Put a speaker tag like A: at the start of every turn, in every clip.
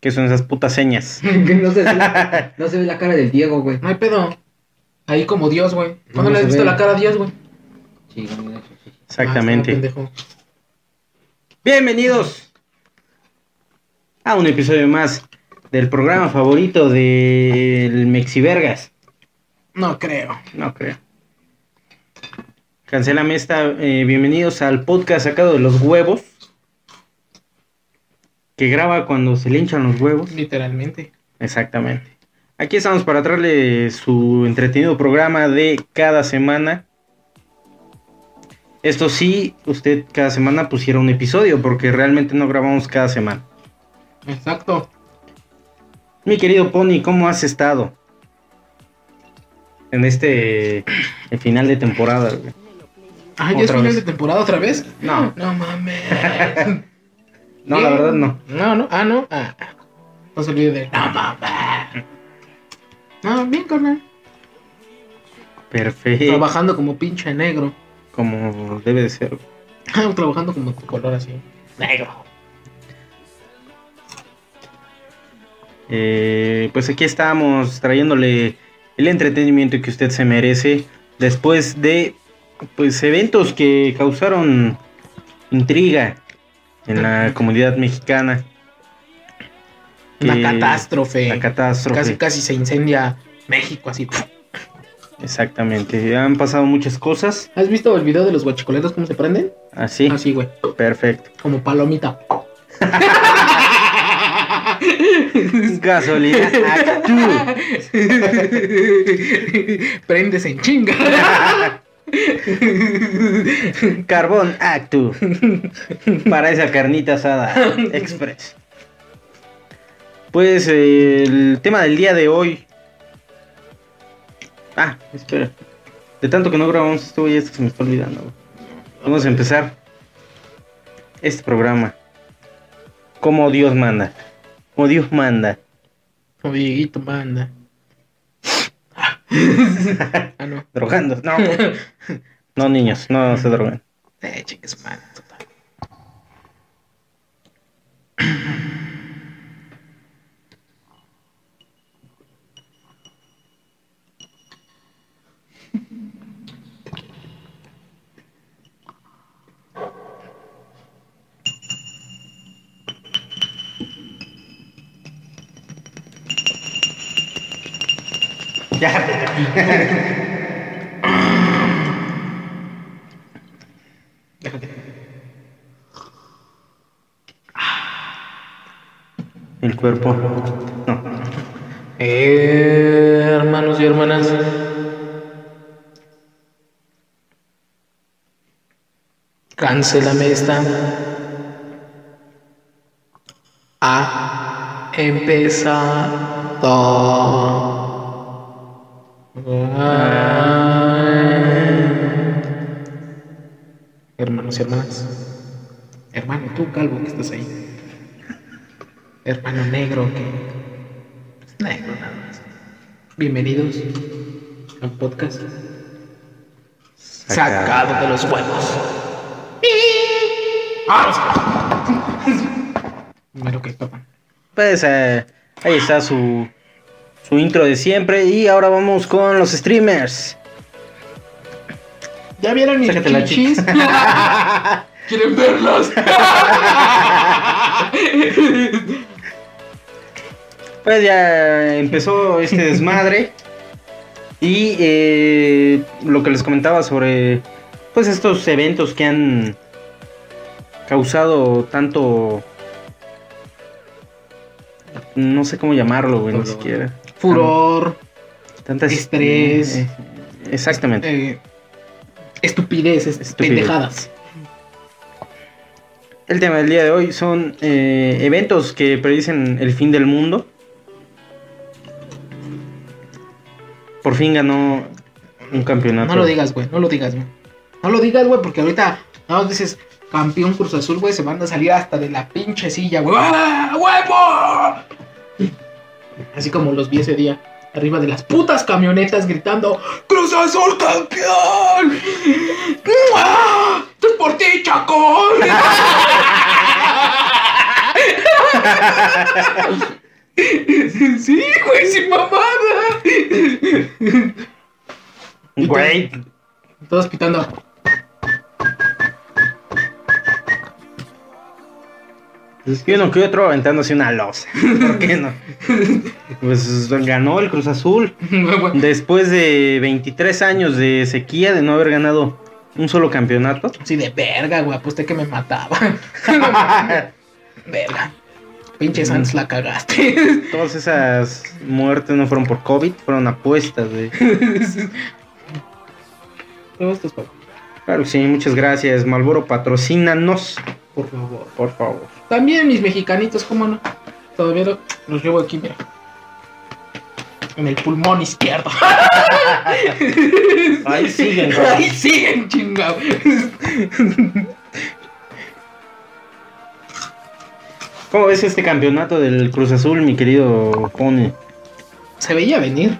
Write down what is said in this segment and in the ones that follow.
A: Que son esas putas señas.
B: no, se, no se ve la cara del Diego, güey.
C: No hay pedo. Ahí como Dios, güey.
B: No,
C: ¿Cuándo le
B: se
C: has visto
B: ve.
C: la cara a Dios, güey?
B: Sí, güey, sí, sí.
C: Ah,
A: Exactamente.
C: está pendejo.
A: Bienvenidos a un episodio más del programa favorito del Mexivergas.
C: No creo.
A: No creo. Cancelame esta. eh, bienvenidos al podcast sacado de los huevos. Que graba cuando se le hinchan los huevos.
C: Literalmente.
A: Exactamente. Aquí estamos para traerle su entretenido programa de cada semana. Esto sí, usted cada semana pusiera un episodio, porque realmente no grabamos cada semana.
C: Exacto.
A: Mi querido Pony, ¿cómo has estado? En este el final de temporada. güey.
C: Ah, ya es
A: Otra vez.
C: final de temporada otra vez.
A: No,
C: No mames.
A: no, la verdad no.
C: No, no. Ah, no. Ah. No se olvide de. No mames. No, bien, carnal.
A: Perfecto.
C: Trabajando como pinche negro. Ah,
A: Como debe de ser.
C: Trabajando como tu color así. Negro.
A: Eh, pues aquí estamos trayéndole el entretenimiento que usted se merece después de pues eventos que causaron intriga en la comunidad mexicana.
C: Una
A: Que-
C: catástrofe.
A: La catástrofe.
C: Casi, casi se incendia México así.
A: Exactamente. Han pasado muchas cosas.
C: ¿Has visto el video de los guachicoleros cómo se prenden?
A: Así.
C: Así, güey.
A: Perfecto.
C: Como palomita.
A: Gasolina. Actú.
C: Prendes en chinga.
A: Carbón Actu. Para esa carnita asada express. Pues eh, el tema del día de hoy. Ah, espera. De tanto que no grabamos esto, ya esto se me está olvidando. güey. Vamos a empezar este programa. Como Dios manda. Como Dios manda.
C: Como Dieguito manda. ah, no.
A: Drogando. No. No, niños, no se drogan.
C: Eh, chingues, man. total.
A: Ya. El cuerpo. No.
C: Eh, hermanos y hermanas. Cancelame esta. Ha empezado. Hermanos y hermanas. Hermano, tú calvo que estás ahí. Hermano negro que Negro nada más. Bienvenidos a un podcast
A: Sacado.
C: sacado de los huevos. Bueno, que papá.
A: Pues eh, ahí está su, su intro de siempre. Y ahora vamos con los streamers.
C: ¿Ya vieron mis
A: Sácate la
C: chichis? ¿Quieren verlos?
A: Pues ya empezó este desmadre. y eh, lo que les comentaba sobre pues estos eventos que han causado tanto... No sé cómo llamarlo, güey, ni
B: Furor.
A: siquiera.
C: Furor,
A: Tanta
C: Estrés.
A: eh, exactamente.
C: eh, estupideces,
A: Estupidez.
C: pendejadas.
A: El tema del día de hoy son eh, eventos que predicen el fin del mundo. Por fin ganó un campeonato.
C: No lo digas, güey, no lo digas, güey. No lo digas, güey, porque ahorita nada más dices, campeón Cruz Azul, güey, se van a salir hasta de la pinche silla, güey. ¡Ah, huevo! Así como los vi ese día, arriba de las putas camionetas gritando: ¡Cruz Azul campeón! ¡Ah! ¡Esto es por ti, chacón! sí, güey, sin mamada.
A: Güey,
C: Todos pitando.
A: es que uno que otro aventándose una losa. ¿Por qué no? Pues ganó el Cruz Azul. Después de 23 años de sequía, de no haber ganado un solo campeonato.
C: Así de verga, güey, aposté que me mataba. No mames. verga. Pinche Sans la cagaste.
A: Todas esas muertes no fueron por COVID, fueron apuestas. güey.
C: Todo esto es para-
A: Claro, que sí, muchas gracias. Malboro, patrocínanos,
C: Por favor.
A: por favor.
C: También mis mexicanitos, ¿cómo no? Todavía lo- los llevo aquí, mira. En el pulmón izquierdo.
A: Ahí siguen, cabrón.
C: Ahí siguen, chingado.
A: ¿Cómo ves este campeonato del Cruz Azul, mi querido Pony?
C: Se veía venir.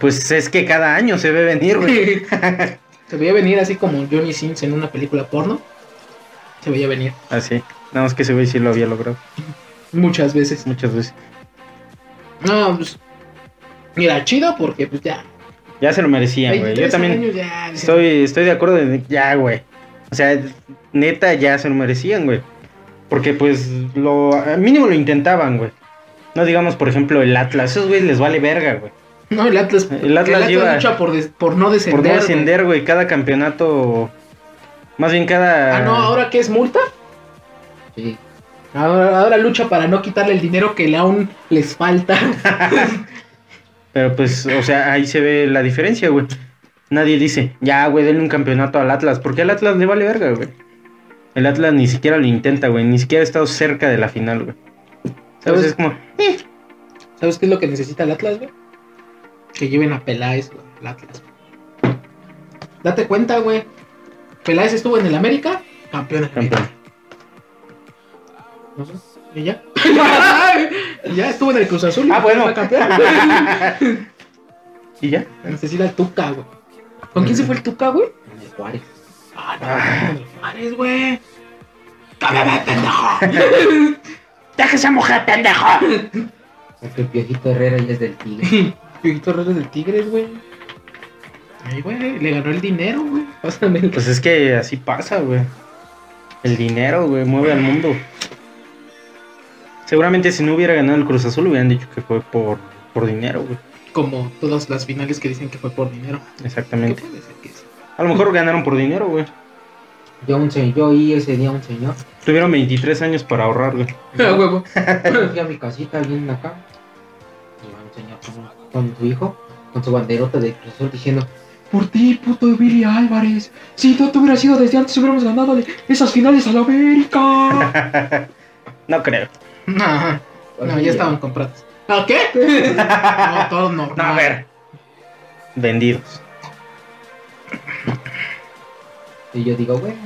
A: Pues es que cada año se ve venir, güey.
C: Se veía venir así como Johnny Sins en una película porno. Se veía venir
A: Así. Ah, Nada más que ese güey sí lo había logrado
C: muchas veces.
A: muchas veces.
C: No, pues. Mira, chido porque pues ya.
A: Ya se lo merecían, güey. Yo
C: 23
A: también
C: años ya, dice,
A: estoy, estoy de acuerdo. de- ya, güey. O sea, neta, ya se lo merecían, güey. Porque pues lo al mínimo lo intentaban, güey. No digamos, por ejemplo, el Atlas. Esos güeyes les vale verga, güey.
C: No, el Atlas.
A: El
C: El Atlas,
A: Atlas lleva-
C: lucha por, des- por no descender.
A: Por no
C: güey.
A: ascender, güey. Cada campeonato... Más bien cada...
C: Ah, no, ahora que es multa.
B: Sí.
C: Ahora, ahora lucha para no quitarle el dinero que le aún les falta.
A: Pero pues, o sea, ahí se ve la diferencia, güey. Nadie dice, ya, güey, denle un campeonato al Atlas. Porque al Atlas le vale verga, güey. El Atlas ni siquiera lo intenta, güey. Ni siquiera ha estado cerca de la final, güey. ¿Sabes?
C: ¿Sabes?
A: Es como,
C: ¿Sabes qué es lo que necesita el Atlas, güey? Que lleven a Peláez, güey, al Atlas. Date cuenta, güey. Peláez estuvo en el América, campeón. del
A: campeón.
C: América. No sé, ¿Y ya? ya estuvo en el Cruz Azul. y
A: Ah, bueno.
C: fue campeón.
A: ¿Y ya?
C: necesita el Tuca, güey. ¿Con quién se fue el Tuca, güey?
B: En el Juárez.
C: Ah,
A: Ah.
C: no, con el Juárez, güey. ¡Cámeme, pendejo!
A: ¡Déjese mujer, pendejo!
B: Porque el viejito Herrera ya es del Tigre.
C: Víctor Herrera del Tigres, güey. Ay, güey, le ganó el dinero, güey. Pásame el
A: Pues es que así pasa, güey. El dinero, güey, mueve al mundo. Seguramente si no hubiera ganado el Cruz Azul hubieran dicho que fue por, por dinero, güey.
C: Como todas las finales que dicen que fue por dinero. ¿Qué
A: Exactamente.
C: puede ser que es?
A: A lo mejor ganaron por dinero, güey.
B: Yo, un se- yo oí ese día a un señor.
A: Tuvieron 23 años para ahorrar, güey.
C: Ah, huevo.
B: Fui a mi casita bien acá. Y va un señor con, con su hijo, con su banderota de Cruz Azul diciendo, por ti, puto Billy Álvarez. Si tú te hubieras sido desde antes, hubiéramos ganado esas finales a la América.
A: No creo.
C: Nah, no,
B: Así
C: ya estaban comprados. ¿Ah, qué? No, todo normal.
A: No, a ver. Vendidos.
B: Y yo digo, bueno,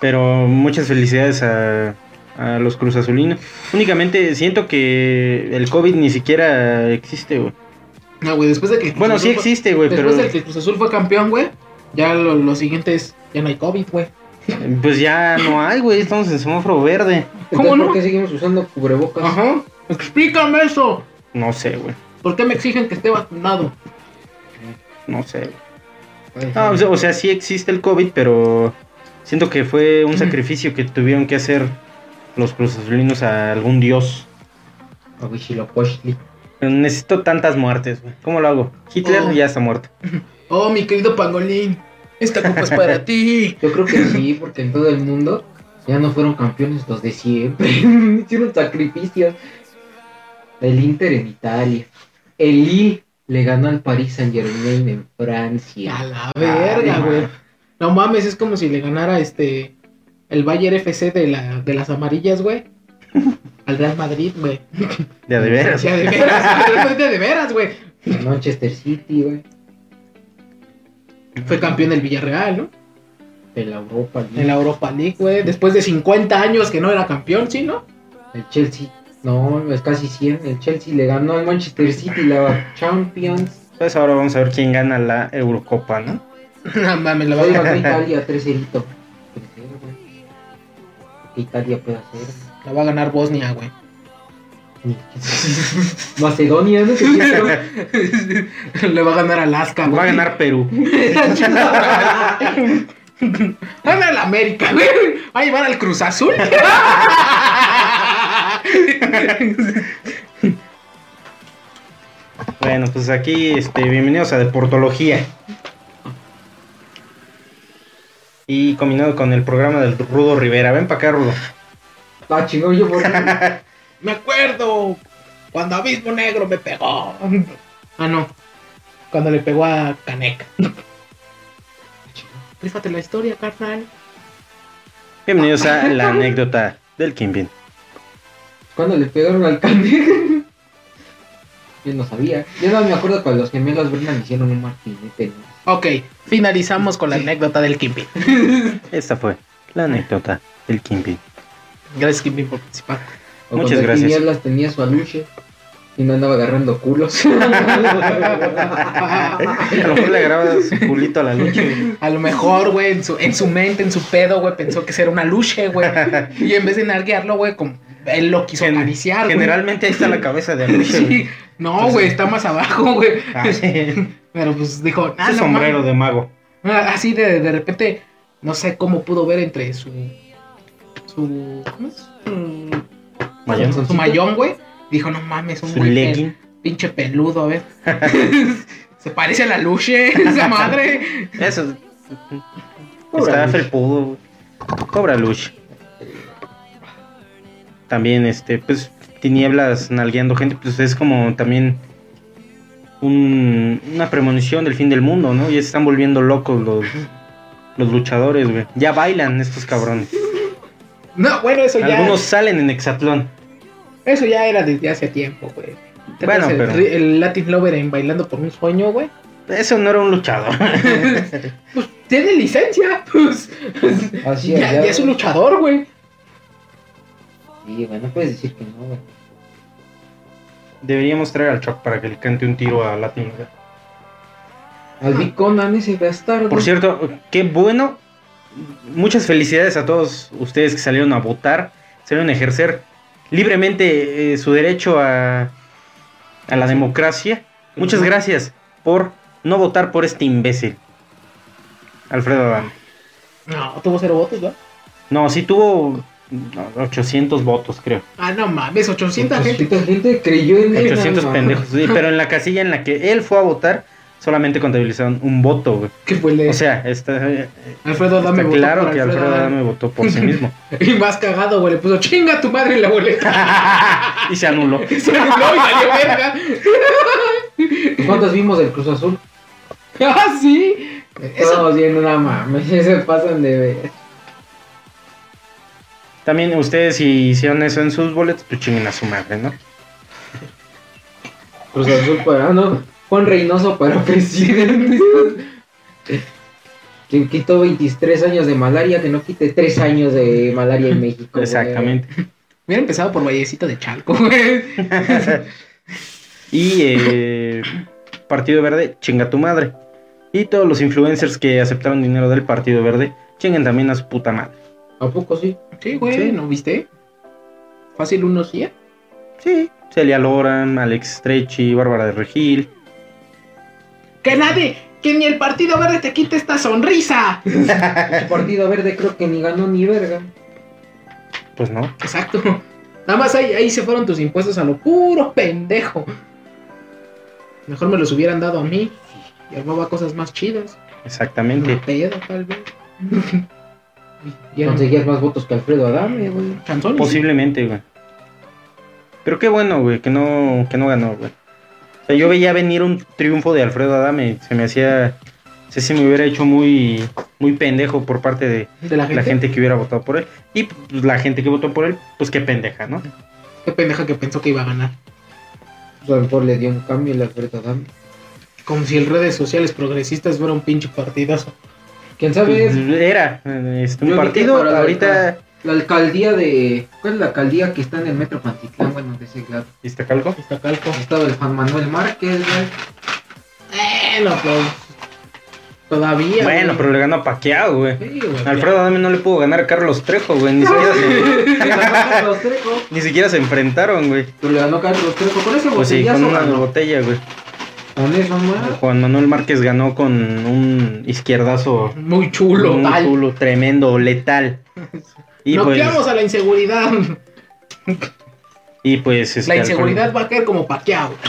A: Pero muchas felicidades a, a los Cruz Azulinos. Únicamente siento que el COVID ni siquiera existe, güey.
C: No, güey, después de que.
A: Bueno, sí
C: Cruz Azul
A: existe, güey,
C: fue-
A: pero
C: Después de que Cruz Azul fue campeón, güey. Ya lo, lo siguiente es. Ya no hay COVID, güey.
A: pues ya no hay, güey. Estamos en semáforo verde.
B: entonces,
C: ¿Cómo no?
B: ¿por qué seguimos usando cubrebocas?
C: Ajá. Pues, Explícame eso.
A: No sé, güey.
C: ¿Por qué me exigen que esté vacunado?
A: No sé. güey.
B: Ay,
A: No,
C: Ah,
A: o,
B: sí.
A: sea, o sea, sí existe el COVID, pero siento que fue un
C: Ujú.
A: sacrificio que tuvieron que hacer los Cruz Azulinos a algún dios.
B: A Huitzilopochtli.
A: Necesito tantas muertes, güey. ¿Cómo lo hago? Hitler
C: Oh.
A: ya está muerto.
C: Oh, mi querido pangolín. Esta copa es para ti.
B: Yo creo que sí, porque en todo el mundo ya no fueron campeones los de siempre. Hicieron sacrificios. El Inter en Italia. El I le ganó al Paris Saint Germain en
C: A
B: Francia.
C: la verga,
A: no
C: güey. No mames, es como si le ganara este el Bayern FC de, la, de las amarillas, güey. Al Real Madrid, güey.
A: De a de veras.
C: Ya de veras, al Real Madrid de veras, güey.
B: Manchester City, güey.
C: Fue campeón del Villarreal, ¿no?
B: De la Europa League.
C: En la Europa League, güey. Después de 50 años que no era campeón, ¿sí, no?
B: El Chelsea. No, es casi 100. El Chelsea le ganó al Manchester City la Champions.
A: Entonces ahora vamos a ver quién gana la Eurocopa, ¿no?
C: No mames, la
B: La
C: va a
B: ganó
C: ganar.
B: Italia 3-0. ¿Qué Italia puede hacer?
C: La va a ganar Bosnia, güey.
B: Macedonia, ¿no? Que quiere-
C: Le va a ganar Alaska, Ah, güey.
A: Va a ganar Perú.
C: Dame a la América, güey. Va a llevar al Cruz Azul.
A: Bueno, pues aquí, este, bienvenidos a Deportología. Y combinado con el programa del Rudo Rivera. Ven para acá, Rudo.
B: Ah, chingón, yo por
C: Me acuerdo cuando Abismo Negro me pegó. Ah, no. Cuando le pegó a Canek. Rífate la historia, carnal.
A: Bienvenidos a la anécdota del Kimbin.
B: ¿Cuándo le pegaron al Canel? Yo no sabía. Yo no me acuerdo cuando los gemelos Brennan hicieron un martinete. ¿no?
C: Ok, finalizamos con la anécdota del Kimpin.
A: Esta fue la anécdota del Kimbin.
C: Gracias, Kimpin, por participar.
B: O
A: Muchas
B: cuando el
A: gracias.
B: Tinieblas tenía su aluche y no andaba agarrando culos.
C: Ah,
A: A lo mejor le grababa su culito a la lucha.
C: A lo mejor, güey, en su, en su mente, en su pedo, güey, pensó que era una luche, güey. Y en vez de narguearlo, güey, como- él lo quiso
A: Gen-
C: acariciar, güey.
A: Generalmente ahí está la cabeza de Aluche.
C: Sí. No, güey, está más abajo, güey.
A: Ah, sí.
C: Pero pues dijo, ah,
A: Ese
C: no
A: sombrero de mago.
C: mames. Ah, Así de, de repente, no sé cómo pudo ver entre su. Su. ¿Cómo es? Su-
A: Mayón.
C: Su mayón, güey. Dijo, no mames, un
A: Su
C: güey. pe-
A: legging.
C: Pinche peludo, a ver. Se parece a la luche, esa madre.
A: Eso.
B: Cobra
A: Está
B: Lush.
A: felpudo. güey. Cobra Lush. También, este, pues, tinieblas nalgueando gente, pues es como también un- una premonición del fin del mundo, ¿no? Ya se están volviendo locos los, los luchadores, güey. Ya bailan estos cabrones.
C: No, bueno, eso ya.
A: Algunos salen en hexatlón.
C: Eso ya era desde hace tiempo, güey. ¿Te
A: Bueno,
C: acuerdas el,
A: pero-
C: ri- el Latin Lover en Bailando por un Sueño, güey?
A: Eso no era un luchador.
C: Pues tiene licencia, pues.
B: Así
C: ya,
B: es,
C: ya es un luchador, güey.
B: Sí, güey, no puedes decir que no, güey.
A: Deberíamos traer al Choc para que le cante un tiro a Latino. güey.
B: Al Big Conan ese bastardo.
A: Por cierto, qué bueno. Muchas felicidades a todos ustedes que salieron a votar, salieron a ejercer libremente eh, su derecho a, a la democracia. Muchas gracias por no votar por este imbécil. Alfredo Adame.
C: No, tuvo cero votos, ¿no?
A: No, sí tuvo no, 800 votos, creo.
C: Ah, no mames, 800 gente.
B: gente. creyó en él.
A: 800
B: no, no.
A: pues, pendejos. sí, pero en la casilla en la que él fue a votar, solamente contabilizaron un voto, güey.
C: Que fue el de
A: O sea, está, eh,
C: Alfredo Adame
A: está
C: votó
A: claro
C: por
A: que Alfredo
C: Adame.
A: Adame votó por sí mismo.
C: Y más cagado, güey, le puso chinga tu madre en la boleta.
A: y se anuló.
C: Y se anuló y valió verga.
B: ¿Cuántos vimos del Cruz Azul?
C: ah, sí. Eso,
B: Todos viendo una mames. Se pasan de ver.
A: También ustedes si hicieron eso en sus boletos, pues chinguen a su madre, ¿no?
B: Cruz Azul para. ah, No, Juan Reynoso para presidente. Que quitó 23 años de malaria, que no quite 3 años de malaria en México. güey.
A: Exactamente.
C: hubiera empezado por Vallecito de Chalco, güey.
A: Y eh, Partido Verde, chinga tu madre. Y todos los influencers que aceptaron dinero del Partido Verde, chinguen también a su puta madre.
B: ¿A poco sí?
C: Sí, güey,
A: Sí.
C: ¿no viste? Fácil ¿eh? unos 100.
A: Sí, Celia Loran, Alex Strechi, Bárbara de Regil.
C: Que nadie, que ni el partido verde te quite esta sonrisa.
B: El Partido Verde creo que ni ganó ni verga.
A: Pues no.
C: Exacto. Nada más ahí, ahí se fueron tus impuestos a lo puro pendejo. Mejor me los hubieran dado a mí. Y armaba cosas más chidas.
A: Exactamente.
C: Me pedo, tal vez. y eran
B: Conseguías más votos que Alfredo Adame, güey.
C: chanzones.
A: Pues Posiblemente, güey. Pero qué bueno, güey, que no, que no ganó, güey. O sea, yo veía venir un triunfo de Alfredo Adame. Se me hacía. No sé si me hubiera hecho muy, muy pendejo por parte de
C: De la gente.
A: la gente que hubiera votado por él. Y pues, la gente que votó por él, pues qué pendeja, ¿no?
C: Qué pendeja que pensó que iba a ganar.
B: Pues a lo mejor le dio un cambio el Alfredo Adame.
C: Como si el redes sociales progresistas fuera un pinche partidazo.
B: ¿Quién sabe? es
A: Pues, Era eh, este, un
B: Yo vi que
A: partido,
B: para la-
A: ahorita
B: La alcaldía de... ¿Cuál es la alcaldía que está en el metro Pantitlán? Bueno, de ese lado.
A: Iztacalco.
C: Iztacalco.
B: Estaba el Juan Manuel Márquez, güey.
C: Bueno, pues. Todavía.
A: Bueno,
C: güey.
A: pero le ganó a Paquiao, güey.
B: Sí, güey.
A: Alfredo Adame no le pudo ganar a Carlos Trejo, güey. Ni siquiera se,
B: Le ganó Carlos Trejo.
A: ni siquiera se enfrentaron, güey.
B: Pero Pues le ganó Carlos Trejo. Con ese
A: Pues sí,
B: botellazo
A: con una
B: ganó.
A: botella, güey.
B: Con eso, ¿no?
A: Juan Manuel Márquez ganó con un izquierdazo
C: Muy chulo,
A: un
C: tal.
A: culo tremendo, letal. Y
C: Noqueamos
A: pues,
C: a la inseguridad.
A: y pues este,
C: La inseguridad
A: Alfredo-
C: va a caer como paqueado.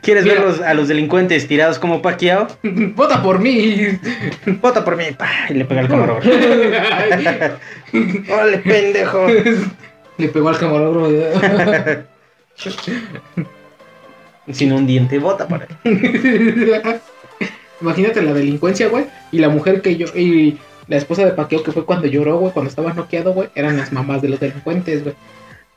A: ¿Quieres
C: Mira.
A: ver los- a los delincuentes tirados como Paquiao?
C: Vota por mí.
A: Vota por mí, pa, y le pega al camarógrafo. ¡Órale, pendejo!
C: Le pegó al camarógrafo.
A: Sin un diente, vota por él.
C: Imagínate la delincuencia, güey. Y la mujer que yo. Y la esposa de Paqueo, que fue cuando lloró, güey. Cuando estaba noqueado, güey. Eran las mamás de los delincuentes, güey.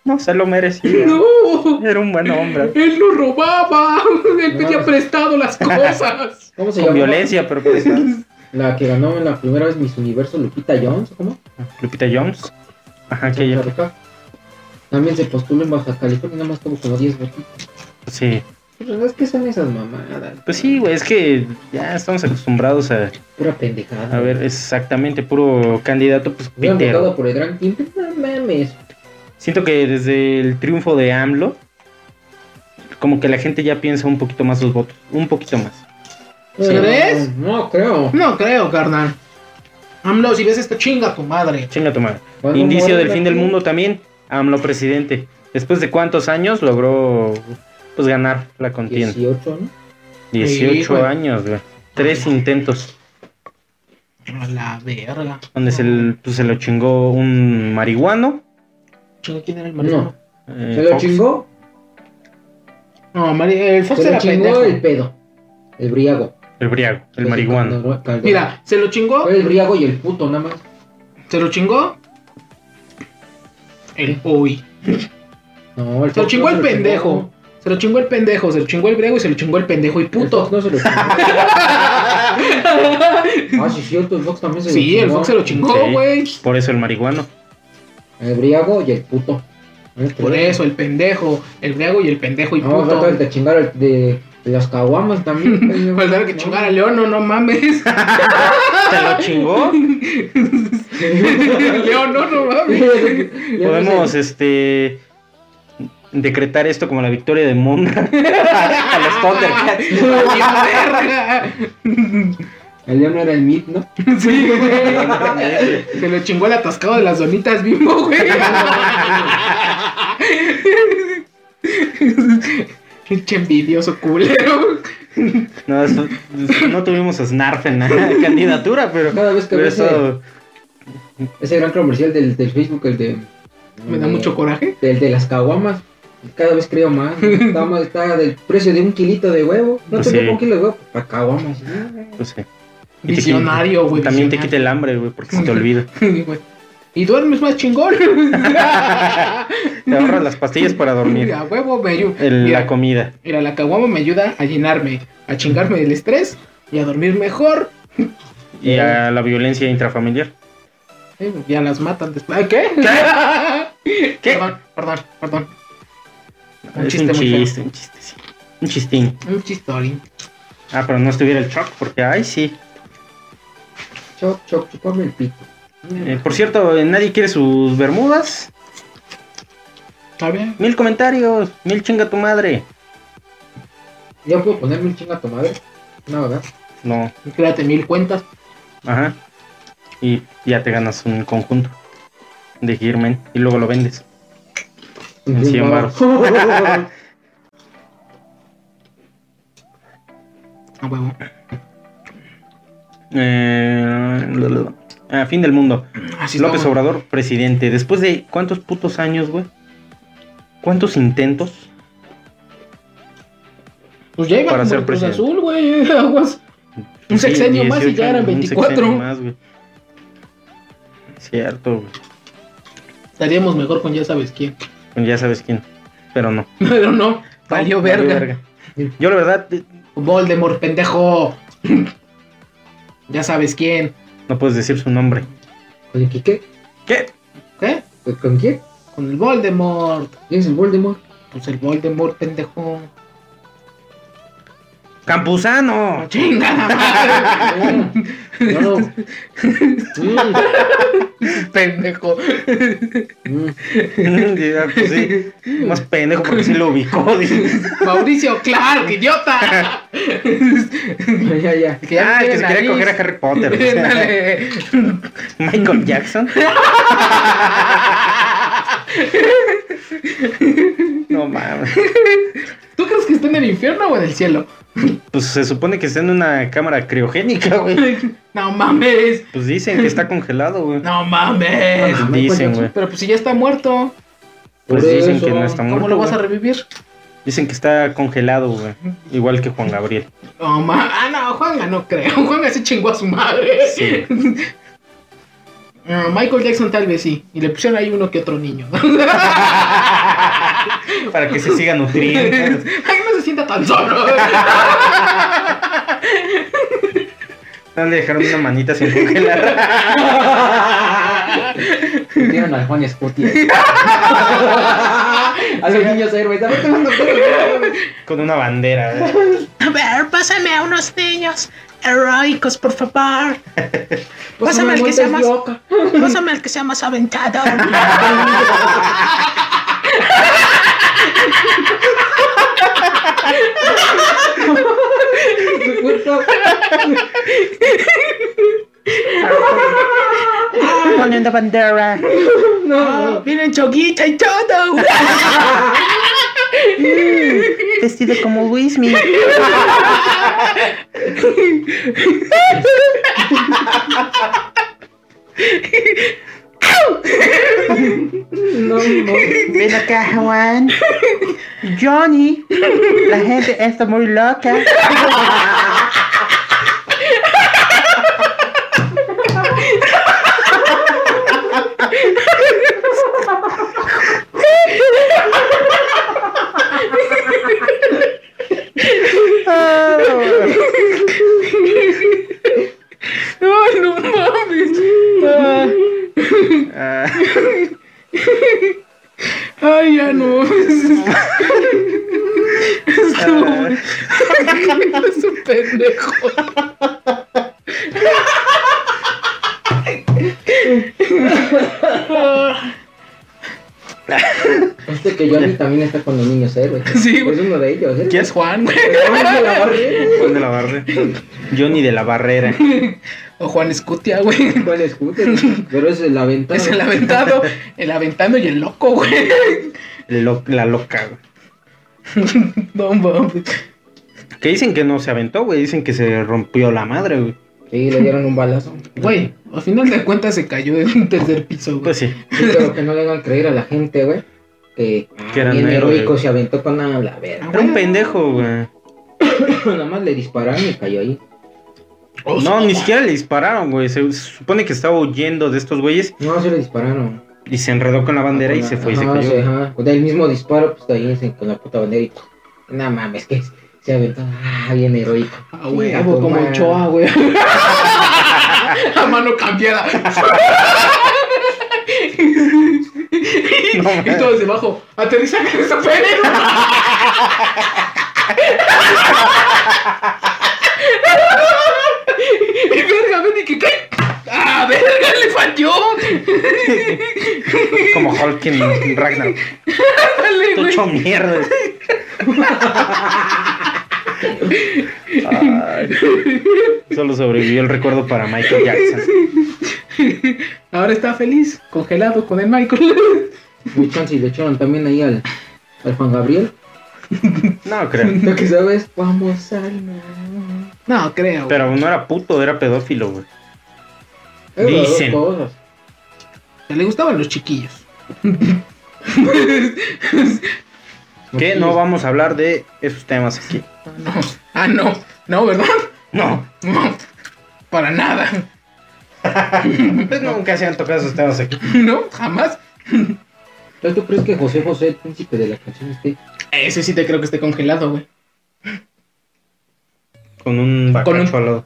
A: No se lo merecía.
C: ¡No!
A: Era un buen hombre.
C: Él no robaba. Él pedía
B: No.
C: prestado las cosas.
B: ¿Cómo se
A: Con
B: llama?
A: violencia, pero pues, ¿no?
B: La que ganó en la primera vez Miss Universo, Lupita Jones, ¿cómo?
A: Lupita Jones. Ajá, que ella.
B: Acá. También se postuló en Baja California, nada más tuvo como 10 votos.
A: Sí.
B: Pero es que son esas mamadas.
A: Pues sí, güey, es que ya estamos acostumbrados a,
B: Pura pendejada.
A: a ver exactamente puro candidato, pues
B: Hubieran
A: pitero.
B: votado por el Drag King, pero no mames.
A: Siento que desde el triunfo de AMLO, como que la gente ya piensa un poquito más los votos. Un poquito más.
C: ¿Sí
B: No,
C: crees?
B: No, no creo.
C: No creo, carnal. AMLO, si ves esto, chinga a tu madre.
A: Chinga tu madre.
B: Cuando
A: Indicio
B: muere
A: del
B: Drag
A: fin del
B: King,
A: mundo también, AMLO presidente. Después de cuántos años logró pues ganar la contienda.
B: 18, ¿no?
A: 18
C: Sí, güey.
A: años, güey. Tres intentos.
C: A la verga.
A: Donde se, l- pues, se lo chingó un marihuano.
C: Chinga, ¿quién era el marido?
A: eh,
B: Se lo
A: Fox.
B: chingó.
C: No, Mari- el Fox
B: Se lo
C: era
B: chingó
C: pendejo.
B: el pedo. El briago.
A: El briago, el
B: Ese
A: marihuano.
B: Calderón- Calderón.
C: Mira, se lo chingó.
B: Fue el briago y el puto, nada más.
C: Se lo chingó. El uy.
B: No, el
C: Se lo
B: Fox
C: chingó
B: no
C: el
B: se lo
C: pendejo. Se lo chingó el pendejo, se lo chingó el griego y se lo chingó el pendejo y
B: El
C: puto.
B: Fox no se lo chingó. Ah, sí, cierto, el Fox también se
C: Sí,
B: lo chingó.
C: el Fox se lo chingó,
A: Sí.
C: güey.
A: Por eso el marihuano.
B: El Eh, briago y el puto. Eh,
C: Por eso, el pendejo, el griego y el pendejo y
B: No,
C: puto.
B: falta el de chingar el de, de las caguamas también. coño.
C: Faltaba que chingara a León, no, no mames.
A: ¿Se lo chingó?
C: León, no, no mames.
B: Ya no
A: Podemos,
B: sé.
A: este... Decretar esto como la victoria de Monra a los Thundercats.
C: ¡Ah, bien
B: El león era el mit, ¿no?
C: verga! Sí, güey. Se lo chingó el atascado de las donitas bimbo, güey. Pinche envidioso culero.
A: No, eso- no tuvimos a Snarf en la candidatura, pero...
B: Cada vez que
A: pero
B: veo ese,
A: eso-
B: ese gran comercial del, del Facebook, el de.
C: Me da
B: de-
C: mucho coraje.
B: Del de las caguamas. Cada vez creo más. Está, más- está del precio de un kilito de huevo. No
A: Pues
B: te
A: sí.
B: un kilo de huevo. Para caguamas.
A: pues sí. Y te quita-
C: Visionario, güey.
A: También te quita
C: visionario.
A: el hambre, güey, porque se te olvida.
C: Güey. Y duermes más chingón.
A: Te ahorras las pastillas para dormir.
C: Mira, huevo, me ayuda.
A: el-
C: Mira,
A: la comida.
C: mira, la caguama me ayuda a llenarme, a chingarme del estrés y a dormir mejor.
A: Y a la violencia intrafamiliar.
C: Eh, ya las matan después. Ah, ¿Qué? ¿Qué? Perdón, perdón, perdón. Un
A: es
C: chiste
A: un
C: muy feo.
A: chiste, un chiste, sí. Un chistín.
C: Un chistorín.
A: Ah, pero no estuviera el shock, porque, ay, sí.
B: Choc, choc, chupame el pito.
A: Eh, por cierto, eh, nadie quiere sus bermudas.
C: ¿Está bien?
A: Mil comentarios, mil chinga tu madre.
B: ¿Ya puedo ponerme un chinga a tu madre? No, ¿verdad?
A: No,
C: Créate mil cuentas.
A: ajá. Y ya te ganas un conjunto de Girmen y luego lo vendes. En
B: Sí,
A: cien
B: va.
C: A huevo.
A: Eh, lo- lo- ah, fin del mundo.
C: Así
A: López
C: estamos.
A: Obrador, presidente. Después de cuántos putos años, güey. ¿Cuántos intentos?
C: Pues ya iba
A: para
C: como
A: ser
C: el Cruz
A: presidente.
C: Azul, güey. Aguas. Un sexenio más y ya eran
A: años, un
C: 24.
A: sexenio más, güey. Cierto, güey.
C: Estaríamos mejor con ya sabes quién.
A: Pues Ya sabes quién. Pero no.
C: Pero no, valió
A: Valió
C: verga.
A: Yo la verdad eh,
C: Voldemort, pendejo. ya sabes quién.
A: no puedes decir su nombre.
B: ¿Con el Quique?
A: ¿Qué?
C: ¿Qué?
B: ¿Con- ¿Con quién?
C: ¿eh? Con el Voldemort.
B: ¿Quién es el Voldemort?
C: Pues el Voldemort, pendejo.
A: Campuzano. Ah.
C: No, chinga la madre.
B: No, no. Mm,
C: pendejo.
B: mm.
A: Ya, pues, sí. Más pendejo porque sí lo ubicó. dije.
C: Mauricio Clark, idiota.
B: Ya, ya, ya.
C: Que ya
A: Ah, el que
C: no tiene
A: se quería
C: nariz.
A: coger a Harry Potter. o sea,
C: Dale.
A: Michael Jackson. No mames.
C: ¿Tú crees que está en el infierno o en el cielo?
A: Pues se supone que está en una cámara criogénica, güey.
C: No mames.
A: Pues dicen que está congelado, güey.
C: No mames.
B: No,
A: Dicen, güey.
C: Pero pues si ya está muerto,
A: Pues
B: Por
A: dicen
B: eso,
A: que no está
C: ¿cómo
A: muerto.
C: lo vas a
A: güey.
C: revivir?
A: Dicen que está congelado, güey. Igual que Juan Gabriel.
C: No mames. Ah, no, Juanga no creo. Juanga se chingó a su madre.
A: Sí.
C: Ah, Michael Jackson tal vez sí. Y le pusieron ahí uno que otro niño.
A: Para que se siga
C: Ay,
A: nutriendo.
C: no se sienta tan solo.
A: No le dejaron una manita sin congelar.
B: Metieron al Juan Escutia. a los niños héroes. Dame tu mano,
A: Con una bandera, ¿eh? güey.
D: A ver, pásame a unos niños heroicos, por favor. Pásame el que sea más- Pásame al que sea más aventado.
A: Poniendo bandera.
D: Ah, Vienen choguita y todo.
A: Vestido como Wismi.
B: No, no.
A: Ven acá, Juan. Johnny. La gente está muy loca.
C: Ay, no mames.
A: Ah,
C: Ay, ya no.
A: ah.
C: Es un pendejo.
B: Este que Johnny también está con los niños héroes.
C: Sí, güey.
B: Es uno de ellos, ¿eh?
C: ¿Quién es Juan, güey?
A: Juan de la Barrera. Johnny de la Barrera.
C: O Juan Escutia, güey.
B: Juan Escutia. Pero es la ventana.
C: Es el aventado, el aventando y el loco, güey.
A: Lo- la loca, güey.
C: No mames.
A: Que dicen que no se aventó, güey. Dicen que se rompió la madre, güey.
B: Sí, le dieron un balazo.
C: Güey, al final de cuentas se cayó de un tercer piso, güey.
A: Pues sí.
B: Sí, pero que no le hagan creer a la gente, güey. Que,
A: Que eran
B: bien
A: héroes.
B: heroico se aventó con la, la verga.
A: Era un pendejo, güey.
B: pues, Nada más le dispararon y cayó ahí.
C: O sea,
A: No, ni siquiera le dispararon, güey. Se, se supone que estaba huyendo de estos güeyes
B: No, se le dispararon.
A: y se enredó con la bandera y se fue y se
B: Ajá,
A: cayó.
B: sí, ajá. Con el mismo disparo, pues ahí se- con la puta bandera y. No mames, que se aventó. Ah, bien heroico.
C: A huevo, como
B: Toma.
C: Ochoa, güey. A mano cambiada.
A: No,
C: Y
A: mames.
C: todos debajo. Aterriza Christopher. Y verga, ven y que cae. ¡Ah, verga! ¡Le falló!
A: Como Hulk en Ragnar.
C: Dale,
A: Tú
C: güey.
A: hecho mierda. Ay. Solo sobrevivió el recuerdo para Michael Jackson.
C: Ahora está feliz, congelado con el Michael.
B: Muy chance y le echaron también ahí al, al Juan Gabriel.
A: No creo.
B: Lo que sabes, vamos al mar.
C: No, creo.
A: Pero no era puto, era pedófilo, güey.
B: Eh, las dos
A: Dicen.
B: cosas.
C: Le gustaban los chiquillos.
A: Que no vamos a hablar de esos temas aquí.
C: No. Ah, no. No, ¿verdad?
A: No.
C: No. Para nada.
A: Pues nunca se han tocado esos temas aquí.
C: No, jamás.
B: Entonces, ¿tú crees que José José, el príncipe de la canción, esté
C: Ese sí te creo que esté congelado, güey.
A: Con un
C: Con un-
A: bacacho al lado.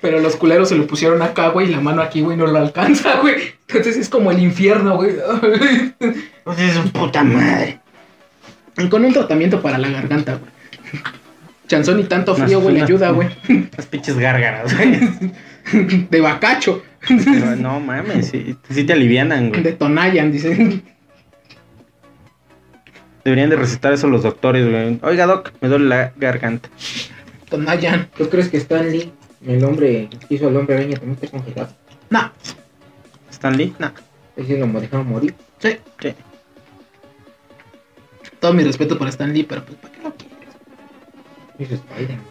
C: Pero los culeros se lo pusieron acá, güey, y la mano aquí, güey, no lo alcanza, güey. Entonces es como el infierno, güey.
A: Pues es su puta madre.
C: Y Con un tratamiento para la garganta, güey. Chanzón y tanto frío, güey, le ayuda, güey.
A: Las pinches gárgaras, güey.
C: De bacacho,
A: Pero no mames, sí, sí te alivianan, güey.
C: de Tonayan, dice.
A: Deberían de recetar eso los doctores, güey. Oiga, doc, me duele la garganta.
C: Tonayan.
B: ¿Tú crees que Stanley, el hombre que hizo el hombre araña, también está congelado?
C: No,
A: ¿Stanley?
C: no.
B: Es decir, lo dejaron morir.
C: Sí, sí. Todo mi respeto para Stan Lee, pero pues, ¿para qué lo quieres?
B: Hizo Spider-Man.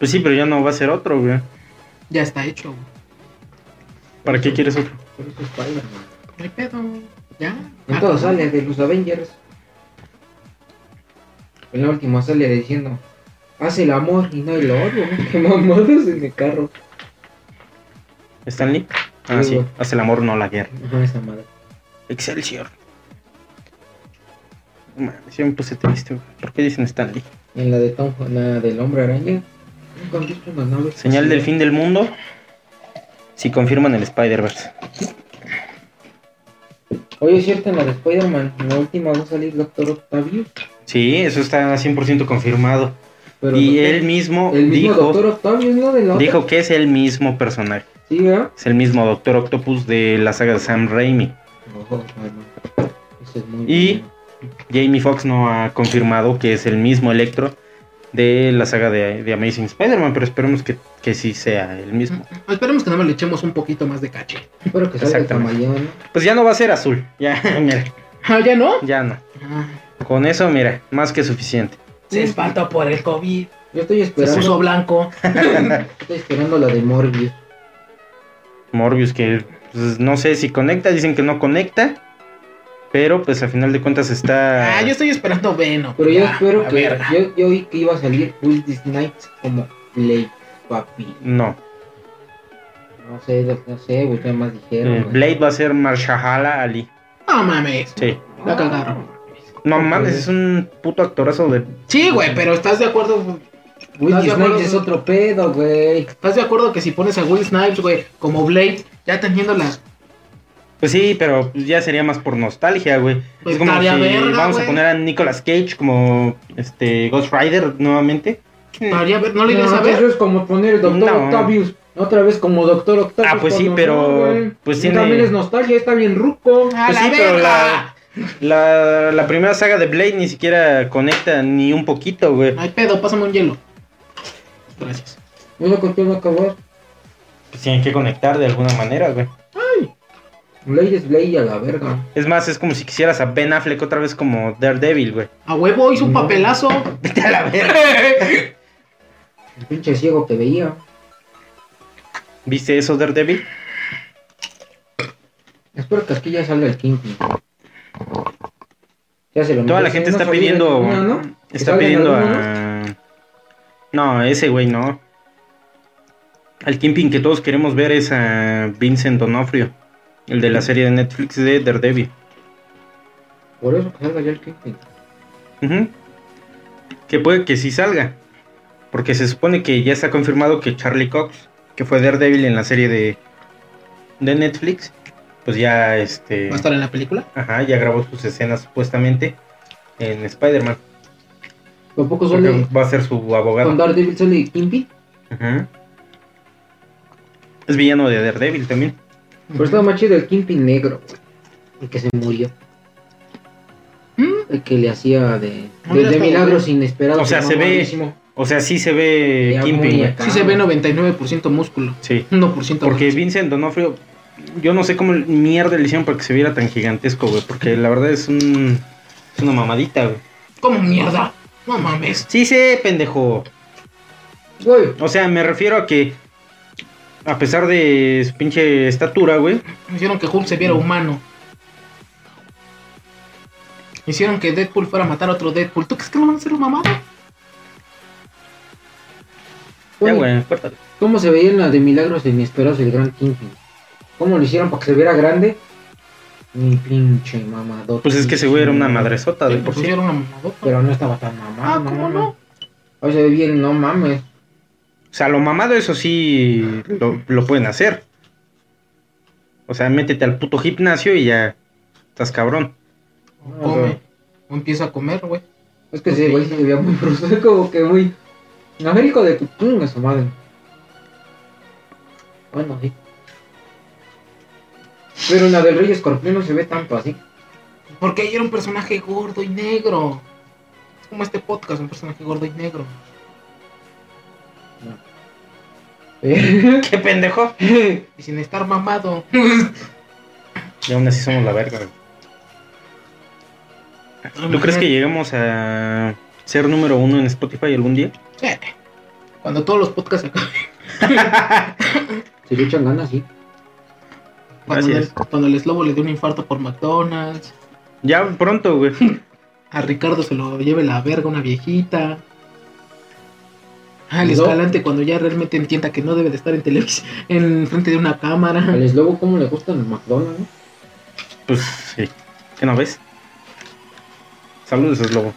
A: Pues sí, pero ya no va a ser otro, güey.
C: Ya está hecho, güey.
A: ¿Para qué quieres otro?
B: Pero hizo Spider-Man.
C: No hay pedo, güey. Ya.
A: Ah,
C: Ah,
B: En todo sale de los Avengers. En la última sale diciendo, haz el amor y no el odio. Qué mamadas en el carro.
A: ¿Stanley? Ah,
B: Sí,
A: sí.
B: güey.
A: Hace el amor, no la guerra.
B: No, esa madre.
A: Excelsior. No Mames, yo me puse triste, güey. ¿Por qué dicen Stanley?
B: En la de Tom, en la del hombre araña. Nunca han visto una nave.
A: Señal del fin del mundo. Si confirman el Spider-Verse.
B: Oye, es cierto, en la de Spider-Man, en la última va a salir Doctor Octavio.
A: Sí, eso está 100% confirmado.
B: Pero
A: y
B: doctor-
A: él mismo,
B: el mismo
A: dijo,
B: Doctor Octavio es lo de la otra.
A: dijo que es el mismo personaje.
B: Sí, ¿verdad?
A: Es el mismo Doctor Octopus de la saga de Sam Raimi.
B: Ojo, hermano. Eso es muy
A: Y-
B: bueno.
A: Jamie Foxx no ha confirmado que es el mismo Electro de la saga de, de Amazing Spider-Man, pero esperemos que, que sí sea el mismo.
C: Esperemos que nada más le echemos un poquito más de caché.
B: Espero que salga el
A: Exactamente.
B: camaleón.
A: Pues ya no va a ser azul. Ya, mira,
C: Ah, ¿ya no?
A: ya no.
C: Ah,
A: Con eso, mira, más que suficiente.
C: se espantó por el COVID.
B: Yo estoy
C: Se puso
B: esperando,
C: blanco.
B: estoy esperando la de Morbius.
A: Morbius que pues, no sé si conecta, dicen que no conecta, pero pues a final de cuentas está...
C: Ah, yo estoy esperando Venom.
B: Pero yo
C: Ya,
B: espero
C: la
B: que.
C: verga.
B: Yo, yo vi que iba a salir Will This Night como Blade, papi.
A: No,
B: No sé, no, no sé, güey, ¿qué más dijeron?
A: Eh,
B: güey?
A: Blade va a ser Marshala Ali.
C: No mames.
A: Sí.
C: La cagaron.
A: No mames, es un puto actorazo de...
C: Sí, güey, pero estás de acuerdo.
B: Will
C: ¿Estás de
B: This
C: acuerdo?
B: Night es otro pedo, güey.
C: ¿Estás de acuerdo que si pones a Will Snipes, güey, como Blade, ya teniendo las.
A: Pues sí, pero pues, ya sería más por nostalgia, güey.
C: Pues
A: es como
C: está
A: si
C: de verga,
A: vamos a
C: güey.
A: poner a Nicolas Cage como este Ghost Rider nuevamente.
C: Podría ver, no le irías a
B: No, pues
C: ver.
B: eso es como poner Doctor
A: No.
B: Octavius. Otra vez como Doctor Octavius.
A: Ah, pues sí,
B: cuando
A: pero,
B: no, güey.
A: pues
B: Y
A: tiene-
B: También es nostalgia, está bien ruco.
C: ¡A
A: Pues
C: la
A: sí, pero
C: verga!
A: La, la primera saga de Blade ni siquiera conecta ni un poquito, güey.
C: No hay pedo, pásame un hielo. Gracias.
B: No sé con qué va a acabar.
A: Pues tienen que conectar de alguna manera, güey.
B: Blade es Blade a la verga.
A: Es más, es como si quisieras a Ben Affleck otra vez como Daredevil, güey.
C: A huevo hizo un
B: No.
C: papelazo.
A: Vete a la verga.
C: Yo
B: El pinche ciego que veía.
A: ¿Viste eso, Daredevil?
B: Espero que aquí ya salga el Kingpin. Ya se lo
A: Toda la
B: merece,
A: gente
B: ¿no?
A: está
B: Salió de-
A: pidiendo.
B: No, no. Que
A: Está
B: salga en
A: pidiendo
B: alguno,
A: a. No, ese güey no. Al Kingpin que todos queremos ver es a Vincent Donofrio, el de la serie de Netflix de Daredevil.
B: Por eso que salga ya el Kingpin.
A: Ujú. Que puede que sí salga. Porque se supone que ya está confirmado que Charlie Cox, que fue Daredevil en la serie de, de Netflix, pues ya este.
C: ¿Va a estar en la película?
A: Ajá, ya grabó sus escenas supuestamente en Spider-Man.
B: Tampoco
A: porque
B: sale.
A: Va a ser su
B: Con
A: abogado.
B: Daredevil sale el Kingpin.
A: Ujú. Es villano de Daredevil también.
B: Pero estaba más chido el Kingpin negro. güey. El que se murió.
C: Mm,
B: El que le hacía de.
C: No,
B: De,
C: ya
B: de
C: está,
B: milagros inesperados.
A: O sea,
B: que
A: se ve-
B: mamadísimo.
A: O sea, sí se ve
B: Ya
A: Kingpin,
B: muy
A: güey.
B: acá.
C: Sí se ve 99% músculo.
A: Sí.
C: 1%
A: Porque
C: grasa.
A: Vincent Donofrio, yo no sé cómo mierda le hicieron para que se viera tan gigantesco, güey. Porque la verdad es un. Es una mamadita, güey.
C: ¿Cómo mierda? No mames.
A: Sí sé, pendejo.
B: Güey,
A: O sea, me refiero a que. A pesar de su pinche estatura, güey.
C: Hicieron que Hulk se
A: Mm.
C: viera humano. Hicieron que Deadpool fuera a matar a otro Deadpool. ¿Tú crees que no van a hacer una mamada?
A: Ya,
B: güey,
A: güey, córtale.
B: ¿Cómo se veía en la de milagros inesperados el gran Kingpin? ¿Cómo lo hicieron para que se viera grande? Mi pinche mamadota.
A: Pues es que ese güey era una madrezota, de por
C: Pues
A: sí.
C: hicieron una mamadota.
B: Pero no estaba tan mamado.
C: Ah, ¿cómo no?
B: O sea, bien, no mames.
A: O sea, lo mamado, eso sí lo, lo pueden hacer. O sea, métete al puto gimnasio y ya estás cabrón.
C: O come. O empieza a comer, güey.
B: Es que sí, güey, se veía muy brusco, como que muy. En América de tu chinga su madre. Bueno, sí. Pero en la del Rey Escorpión no se ve tanto así.
C: Porque ella era un personaje gordo y negro. Es como este podcast, un personaje gordo y negro.
A: ¡Qué pendejo!
C: Y sin estar mamado.
A: Y aún así somos la verga. güey. ¿Tú crees que lleguemos a ser número uno en Spotify algún día?
C: Sí. Cuando todos los podcasts se acaben.
B: Se le echan ganas, sí.
C: Cuando,
A: Así
C: el,
A: es.
C: cuando el eslobo le dé un infarto por McDonald's.
A: Ya pronto, güey.
C: A Ricardo se lo lleve la verga una viejita. Al
B: No.
C: escalante cuando ya realmente entienda que no debe de estar en televisión, en frente de una cámara.
B: Al eslobo, ¿cómo le gustan los McDonald's? no?
A: Pues sí. ¿Qué no ves? Saludos, es lobo.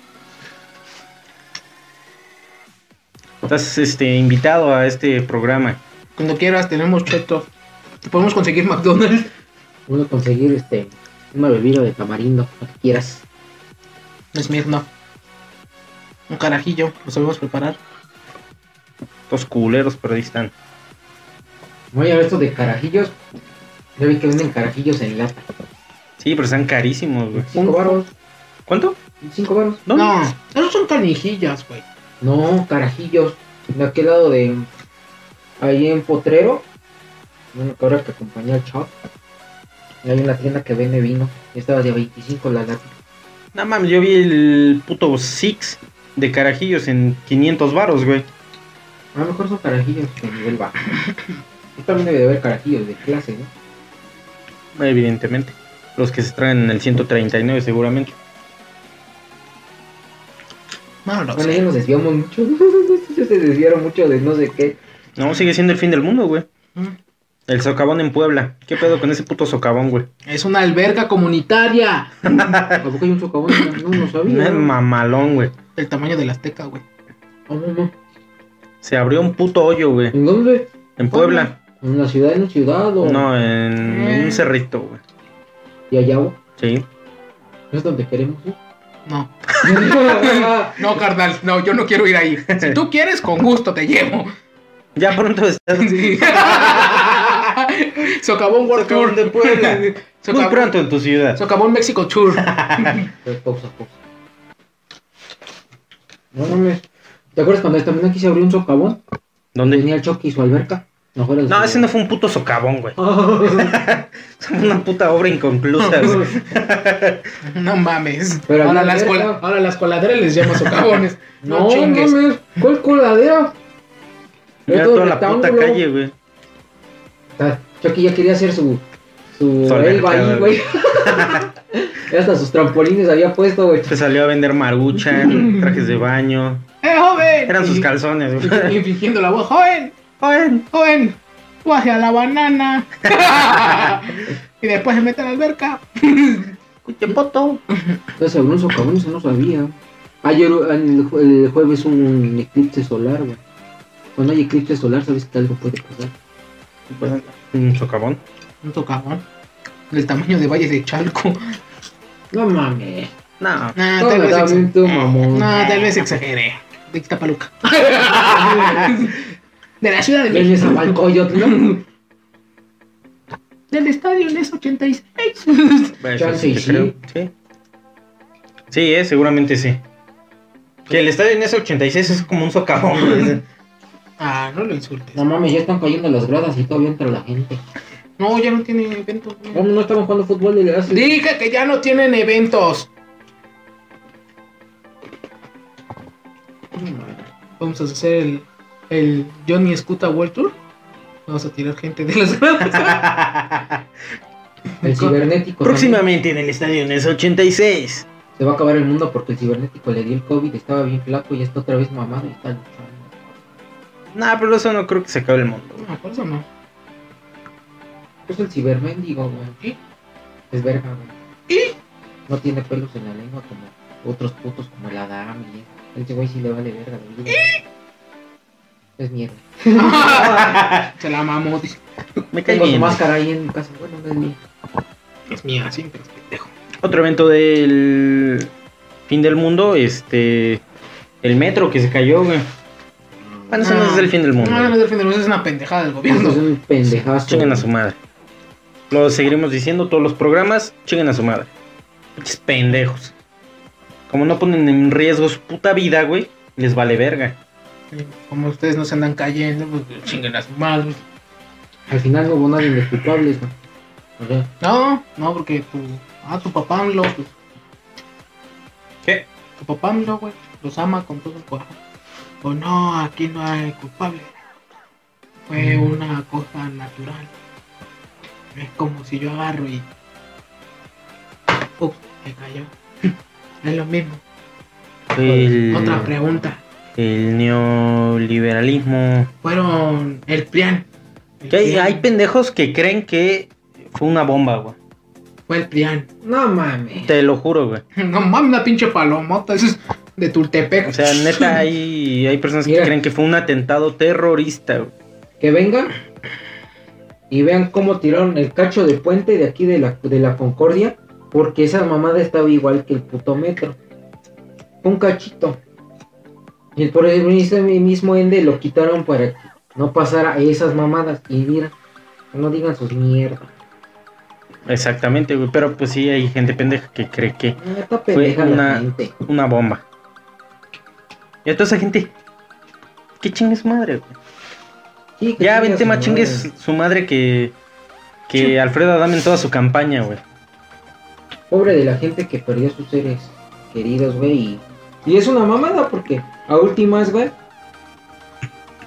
A: Estás este, invitado a este programa.
C: Cuando quieras tenemos cheto. Te podemos conseguir McDonald's.
B: Uno conseguir este. Una bebida de tamarindo, lo que quieras.
C: Smirno. Un carajillo, lo sabemos preparar.
A: Dos culeros, pero ahí están.
B: Voy a ver esto de carajillos. Ya vi que venden carajillos en lata.
A: Sí, pero están carísimos, güey.
B: Cinco varos.
A: ¿Cuánto?
B: Cinco varos.
A: ¿Dónde?
C: No, esos son canijillas, güey.
B: No, carajillos. De aquel lado de. Ahí en Potrero. Bueno, que ahora que acompañé al chavo. Hay una tienda que vende vino. y Estaba de 25 la lata.
A: No mames, yo vi el puto Six de carajillos en 500 varos, güey.
B: A lo mejor son carajillos de nivel bajo. Yo también debe de haber carajillos de clase, ¿no?
A: Evidentemente. Los que se traen en el 139 seguramente.
C: No, lo
B: Bueno,
C: sé.
B: ya nos desviamos mucho. ya se desviaron mucho de no sé qué.
A: No, sigue siendo el fin del mundo, güey.
C: Mm.
A: El socavón en Puebla. ¿Qué pedo con ese puto socavón, güey?
C: Es una alberga comunitaria.
B: Tampoco hay un socavón, no, no
A: No
B: sabía.
A: es mamalón, güey.
C: El tamaño de la azteca, güey.
B: No, no, no.
A: Se abrió un puto hoyo, güey.
B: ¿En dónde?
A: En Puebla.
B: ¿En la ciudad? ¿En la ciudad? O...
A: No, en, en un cerrito, güey.
B: ¿Y allá?
A: Sí.
B: ¿Es donde queremos ¿eh? ir?
C: No. No, carnal, no, yo no quiero ir ahí. Si tú quieres, con gusto te llevo.
A: Ya pronto estás.
C: Sí. Socavón World
A: Socavón
C: Tour.
A: de Puebla. Muy
C: Socavón,
A: pronto en tu ciudad.
C: Socavón México Tour.
B: Pero pausa, pausa. No mames. ¿Te acuerdas cuando también aquí se abrió un socavón?
A: ¿Dónde?
B: Tenía el Chucky y su alberca. No, fuera
A: No, ese no fue un puto socavón, güey. Fue una puta obra inconclusa, güey.
C: No mames.
B: Pero
C: ahora,
B: había
C: las
B: alberca.
C: cola- ahora las coladeras les llamo socavones. No,
B: no,
C: chingues.
B: mames. ¿Cuál coladera?
A: Mira
B: Todo
A: toda la puta
B: rectángulo.
A: calle, güey.
B: O sea, Chucky ya quería hacer su. Su
A: Su alberca,
B: elba ahí, güey. Ya hasta sus trampolines había puesto, güey.
A: Se salió a vender marucha, trajes de baño.
C: ¡Eh, joven!
A: Eran sus
C: Y-
A: calzones, güey.
C: Y fingiendo la voz, joven, joven, joven, cuaje a la banana. y después se mete a la alberca.
A: poto.
B: Entonces abrió un socavón, eso no sabía. Ayer, el, jue- el jueves, un eclipse solar, güey. Cuando hay eclipse solar, sabes que algo puede pasar.
A: pues, Un socavón.
C: Un socavón. Del tamaño de valles de Chalco.
B: No mames.
A: No.
C: Nah,
B: No,
C: Ah, tal, vez Eh,
B: también
C: exa-
B: tú, mamón.
C: nah, tal vez exageré. De Ixtapaluca. de la ciudad de
B: Ven
C: México.
B: esa ¿no?
C: Del estadio en 86.
A: Eso sí,
B: Chance,
A: te
B: sí.
A: creo. sí. Sí, eh, seguramente sí. Que el estadio en ese 86 es como un socavón. güey.
C: ah, no lo insultes.
B: No mames, ya están cayendo las gradas y todavía entra la gente.
C: No, ya no tiene eventos. güey.
B: No, no estaban jugando fútbol y le hace.
C: Dije que ya no tienen eventos. Vamos a hacer el, el Johnny Scuta World Tour. Vamos a tirar gente de las gradas.
B: El cibernético.
A: Próximamente en el estadio en ese 86.
B: también. Se va a acabar el mundo porque el cibernético le dio el COVID, estaba bien flaco y está otra vez mamado y está luchando.
A: Nah, pero eso no creo que se acabe el mundo.
C: No, por eso no.
B: Es el ciberméndigo, güey.
C: ¿Y?
B: Es verga, güey.
C: ¿Y?
B: No tiene pelos en la lengua como otros putos como el Adam y este güey sí le vale verga la vida. Es mierda.
C: Se la mamó, dice.
A: Me cae
B: Tengo su
A: bien.
B: máscara ahí en mi casa. Bueno, no es mía.
C: Es mía, siempre es pendejo.
A: Otro evento del fin del mundo, este. El metro que se cayó, güey. Bueno, eso no
B: Ah.
A: es el fin del mundo.
C: No, no es el fin del mundo, eso es una pendejada del
B: Esto
C: gobierno.
B: es un pendejazo.
A: Chinguen a su madre. Lo seguiremos diciendo todos los programas. Chinguen a su madre. Pinches pendejos. Como no ponen en riesgo su puta vida, güey, les vale verga.
C: Como ustedes no se andan cayendo, pues chinguen a su madre.
B: Al final no hubo nadie de los culpables, ¿no? O sea,
C: No, no, porque tu. Ah, tu papá AMLO, pues.
A: ¿Qué?
C: Tu papá AMLO, güey. Los ama con todo el corazón. O no, aquí no hay culpable. Fue
A: Mm.
C: una cosa natural. Es como si yo agarro y. Uf, se cayó. es lo mismo.
A: El,
C: Otra pregunta.
A: el neoliberalismo.
C: Fueron el PRIAN. El
A: Que Hay,
C: PRIAN.
A: hay pendejos que creen que fue una bomba, güey.
C: Fue el PRIAN.
B: No mames.
A: Te lo juro, güey.
C: No mames, una pinche palomota. Eso es de Tultepec.
A: O sea, neta, hay, hay personas que
B: Mira.
A: creen que fue un atentado terrorista, güey.
B: Que vengan y vean cómo tiraron el cacho de puente de aquí de la, de la Concordia. Porque esa mamada estaba igual que el puto metro. Fue Un cachito. Y el por el mismo- el mismo ende lo quitaron para que no pasara esas mamadas. Y mira, no digan sus mierdas.
A: Exactamente, güey. Pero pues sí, hay gente pendeja que cree que
B: Neta Ah, pendeja la
A: una-
B: gente.
A: una bomba. Y a toda esa gente, ¿qué chingue su madre, güey?
B: Sí, que
A: Ya,
B: chingue
A: vente
B: su
A: más
B: madre.
A: chingues su madre que, que Alfredo Adame en toda su campaña, güey.
B: Pobre de la gente que perdió a sus seres queridos, güey. Y, y es una mamada porque a últimas, güey,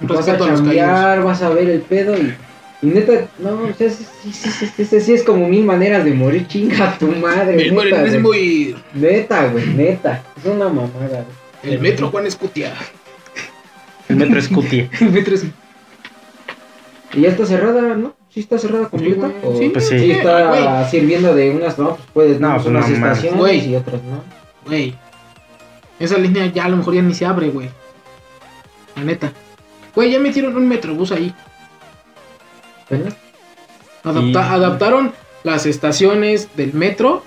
B: vas a
C: Respeto a los caídos.
B: cambiar, vas a ver el pedo y, y neta, no, o sea, sí, sí, sí, sí, sí, sí, sí, es como mil maneras de morir, chinga tu madre,
C: El, el
B: neta,
C: mismo
B: güey.
C: y
B: Neta, güey, neta. Es una mamada, güey.
C: el metro Juan Escutia.
A: El metro es cutie.
C: El metro es.
B: Y ya está cerrada, ¿no? Sí está cerrada completa.
C: Sí,
B: o-
C: sí,
A: Pues sí.
B: sí está
C: Güey,
B: sirviendo de unas, no, pues puedes,
A: No,
B: no,
A: pues,
B: unas
A: no mames.
B: estaciones
C: Güey.
B: y otras, ¿no?
C: güey. Esa línea ya a lo mejor ya ni se abre, güey. La neta. Güey, ya metieron un metrobús ahí.
B: Bueno,
C: Adapta-
A: Sí.
C: Adaptaron las estaciones del metro.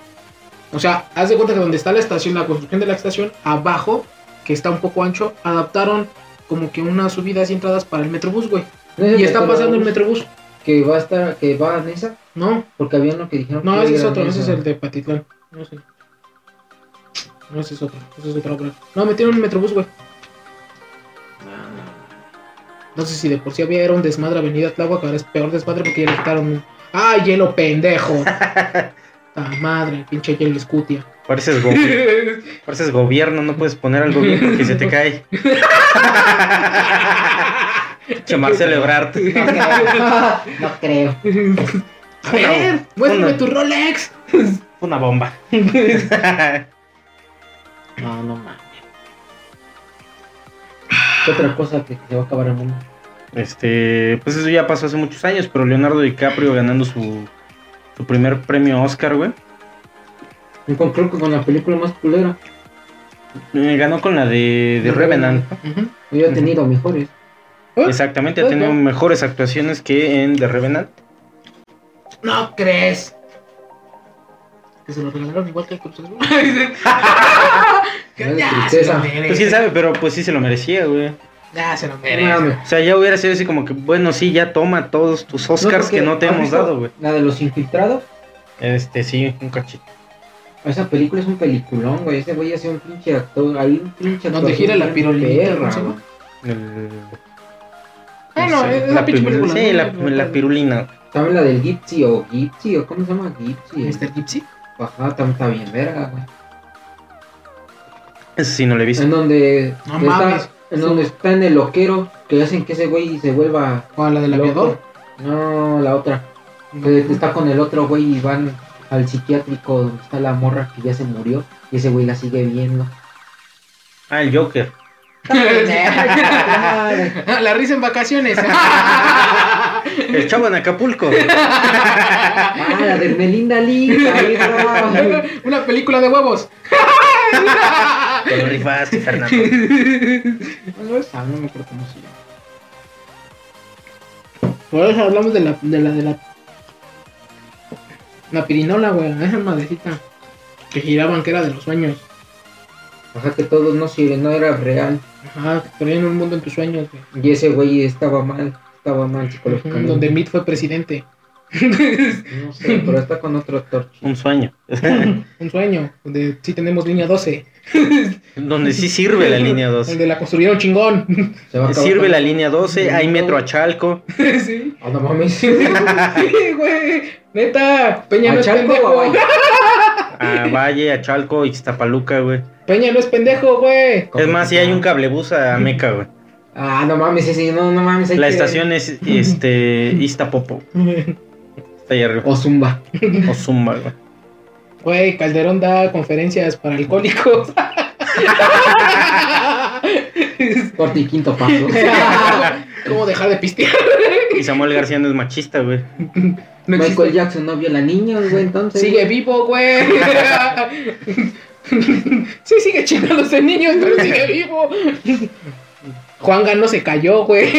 C: O sea, haz de cuenta que donde está la estación, la construcción de la estación, abajo, que está un poco ancho, adaptaron como que unas subidas y entradas para el metrobús, güey.
B: no es
C: Y está
B: Metrobús
C: pasando el metrobús.
B: Que va a estar, que va a esa
C: No,
B: Porque había uno que dijeron
C: no,
B: que
C: ese es
B: era
C: otro, ese es
B: Nesa.
C: el de Patitlán. No sé. No, ese es otro, ese es otro. No, metieron un metrobús, güey. No sé si de por sí había era un desmadre Avenida Tláhuac, ahora es peor desmadre porque ya le quitaron un... ¡Ah, hielo pendejo! ¡Ah, madre! Pinche hielo escutia.
A: Pareces, go- pareces gobierno, no puedes poner algo bien porque se te cae. Che, Marcelo Ebrard.
B: No creo. No creo.
C: A ver, muéstrame tu Rolex.
A: Fue una bomba.
B: No, no mames. ¿Qué otra cosa que se va a acabar el mundo?
A: Este, pues eso ya pasó hace muchos años, pero Leonardo DiCaprio ganando su, su primer premio Oscar, güey.
B: Me creo que con la película más culera.
A: Eh, ganó con la de, de Revenant.
C: Ujú.
B: Yo he tenido mejores.
A: Exactamente,
C: Pues
A: ha tenido mejores actuaciones que en The Revenant.
C: ¿No crees? Que se lo regalaron igual que el Cruz Azul.
B: Madre,
C: ya, se
B: tristeza.
C: lo
A: Pues quién
C: merece.
A: sabe, pero pues sí se lo merecía, güey.
C: Ya se lo merece.
B: Mames.
A: O sea, ya hubiera sido así como que, bueno, sí, ya toma todos tus Oscars
B: No,
A: que no te
B: ¿has
A: hemos
B: visto
A: dado, güey.
B: La de los infiltrados.
A: Este, sí, un cachito.
B: Esa película es un peliculón, güey. Ese güey hace un pinche actor. Hay un pinche actor.
C: Donde gira la pirulita,
B: Perra,
C: ¿cómo se llama?
B: güey.
A: El-
C: Bueno,
A: no sé,
C: Ah, es- es la pinche
A: piru-
C: película,
A: Sí,
C: ¿no?
A: la, la pirulina.
B: También la del Gipsy o Gipsy o cómo se llama Gipsy. eh.
C: Mr. Gypsy.
B: Ajá, también está bien verga, güey.
A: Eso sí, no lo he visto.
B: En donde,
C: No
B: está,
C: mames.
B: en donde está en el loquero, que hacen que ese güey se vuelva
C: ¿O la del
B: loco.
C: aviador?
B: No, la otra. Que está con el otro güey y van al psiquiátrico donde está la morra que ya se murió y ese güey la sigue viendo.
A: Ah, el Joker.
B: Ay,
C: La risa en vacaciones.
A: El chavo en Acapulco.
B: ah, la de Melinda Lee, ahí va.
C: Una película de huevos.
A: Te lo rifaste, Fernando.
C: No
B: Ah,
C: sabe, no me acuerdo cómo se llama. Por eso hablamos de la de la de la la pirinola, güey, esa madrecita que giraban que era de los sueños.
B: O sea que todo no sirve, no era real.
C: Ajá, que ponían un mundo en tus sueños, güey.
B: Y ese güey estaba mal, estaba mal
C: Ujú,
B: psicológicamente.
C: Donde Meat fue presidente.
B: No sé, pero está con otro actor.
A: Un sueño.
C: un sueño, donde sí tenemos línea 12.
A: Donde sí sirve la línea 12.
C: Donde la construyeron chingón.
B: Se va a acabar
A: Sirve
B: con-
A: la línea 12, hay metro a Chalco.
C: sí.
B: Ah, no mames.
C: Sí, güey. Neta, Peña no
B: Ah. ¿A
C: es
B: Chalco
C: pendejo.
B: o a Valle?
A: A Valle, a Chalco, Ixtapaluca, güey.
C: Peña no es pendejo, güey.
A: Es más, si hay un cablebús a Meca, güey.
B: Ah, no mames, ese, no, no mames. hay
A: La
B: que-
A: estación es este Iztapopo. Está ahí arriba.
B: O Zumba.
A: O Zumba, güey.
C: Güey, Calderón da conferencias para alcohólicos.
B: Corte y quinto paso.
C: ¿Cómo dejar de pistear?
A: Y Samuel García no es machista, güey.
C: No
B: Michael
C: existe.
B: Jackson no viola niños, güey, entonces.
C: Sigue vivo, güey. Sí, sigue chingándose niños, pero sigue vivo. Juan Gano se cayó, güey.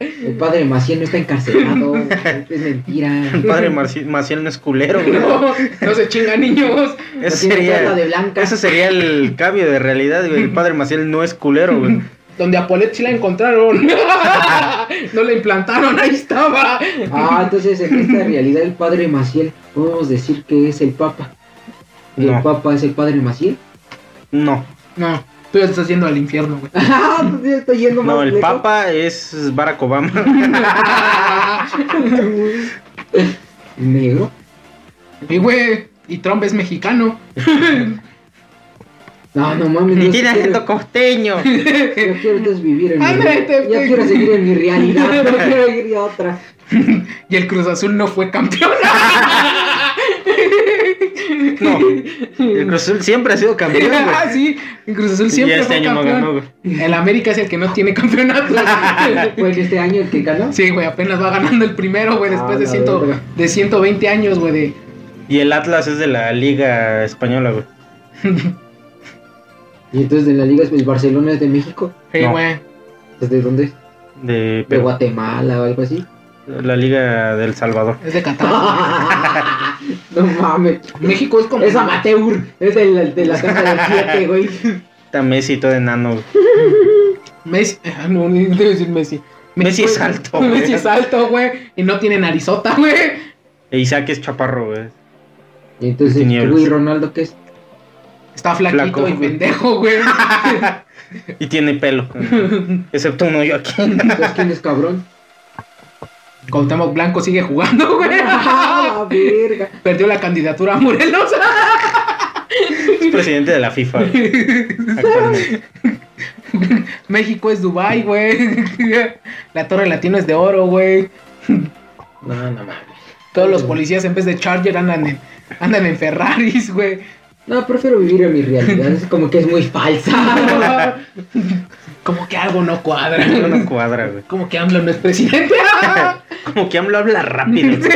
B: El padre Maciel no está encarcelado. güey, es mentira.
A: El padre Marci- Maciel no es culero, güey.
C: No, no se chinga niños.
A: Eso
B: tiene trata de
A: sería,
B: blanca.
A: eso sería el cambio de realidad, güey. El padre Maciel no es culero, güey.
C: Donde a Polet sí la encontraron. no la implantaron, ahí estaba.
B: Ah, entonces en esta realidad el padre Maciel podemos decir que es el papa. Y
A: No.
B: el papa es el padre Maciel.
A: No.
C: No, tú ya te estás yendo al infierno, güey.
B: Ah, entonces ya está yendo más
A: No, el
B: lejos.
A: papa es Barack Obama.
B: Negro.
C: Y güey, y Trump es mexicano.
B: No, no mames.
A: Y tiene
B: yo quiero-
A: acento costeño.
B: Yo quiero entonces vivir en mi
C: Ándale, te-
A: este,
B: realidad. Yo quiero seguir en mi realidad. No quiero ir a otra.
C: Y el Cruz Azul no fue campeón.
A: No. El Cruz Azul siempre ha sido campeón,
C: ah,
A: güey.
C: sí, el Cruz Azul
A: Y
C: siempre
A: este
C: fue
A: año no
C: campeón.
A: ganó, güey.
C: el América es el que no tiene campeonato.
B: Pues este año el que ganó.
C: sí, güey, apenas va ganando el primero, güey, después
B: Ah,
C: de,
B: la
C: ciento,
B: verga.
C: de 120 años, güey, de,
A: Y el Atlas es de la Liga Española, güey.
B: Y entonces de la liga el Barcelona es de México.
C: Sí,
A: No.
C: güey.
B: ¿Desde dónde? es?
A: De
B: De
A: Perú.
B: Guatemala o algo así.
A: La Liga del Salvador.
C: Es de Qatar.
B: no mames.
C: México es como.
B: Es amateur. Es del- de la casa del 7, güey.
A: Está Messi todo enano, güey.
C: Messi. ah, No, ni debe decir Messi.
A: Messi es
C: güey.
A: alto, güey.
C: Messi es alto, güey. Y no tiene narizota, güey.
A: E Isaac es chaparro, güey.
B: Y entonces,
A: Tinieblas.
B: güey, Ronaldo, ¿qué es?
C: Está flaquito
A: Flaco,
C: y
A: güey.
C: pendejo, güey.
A: Y tiene pelo. Excepto uno yo aquí.
B: Entonces, ¿quién es cabrón?
C: Cuauhtémoc Blanco sigue jugando, güey.
B: ¡Ah, verga!
C: Perdió la candidatura a Morelos.
A: Es presidente de la FIFA, güey. Actualmente.
C: México es Dubai, güey. La Torre Latino es de oro, güey.
B: No, no mames.
C: Todos los policías en vez de Charger andan en, andan en Ferraris, güey.
B: No, prefiero vivir en mi realidad. Es como que es muy falsa.
C: Como que algo no cuadra.
A: No nos cuadra, güey.
C: Como que AMLO no es presidente.
A: Como que AMLO habla rápido.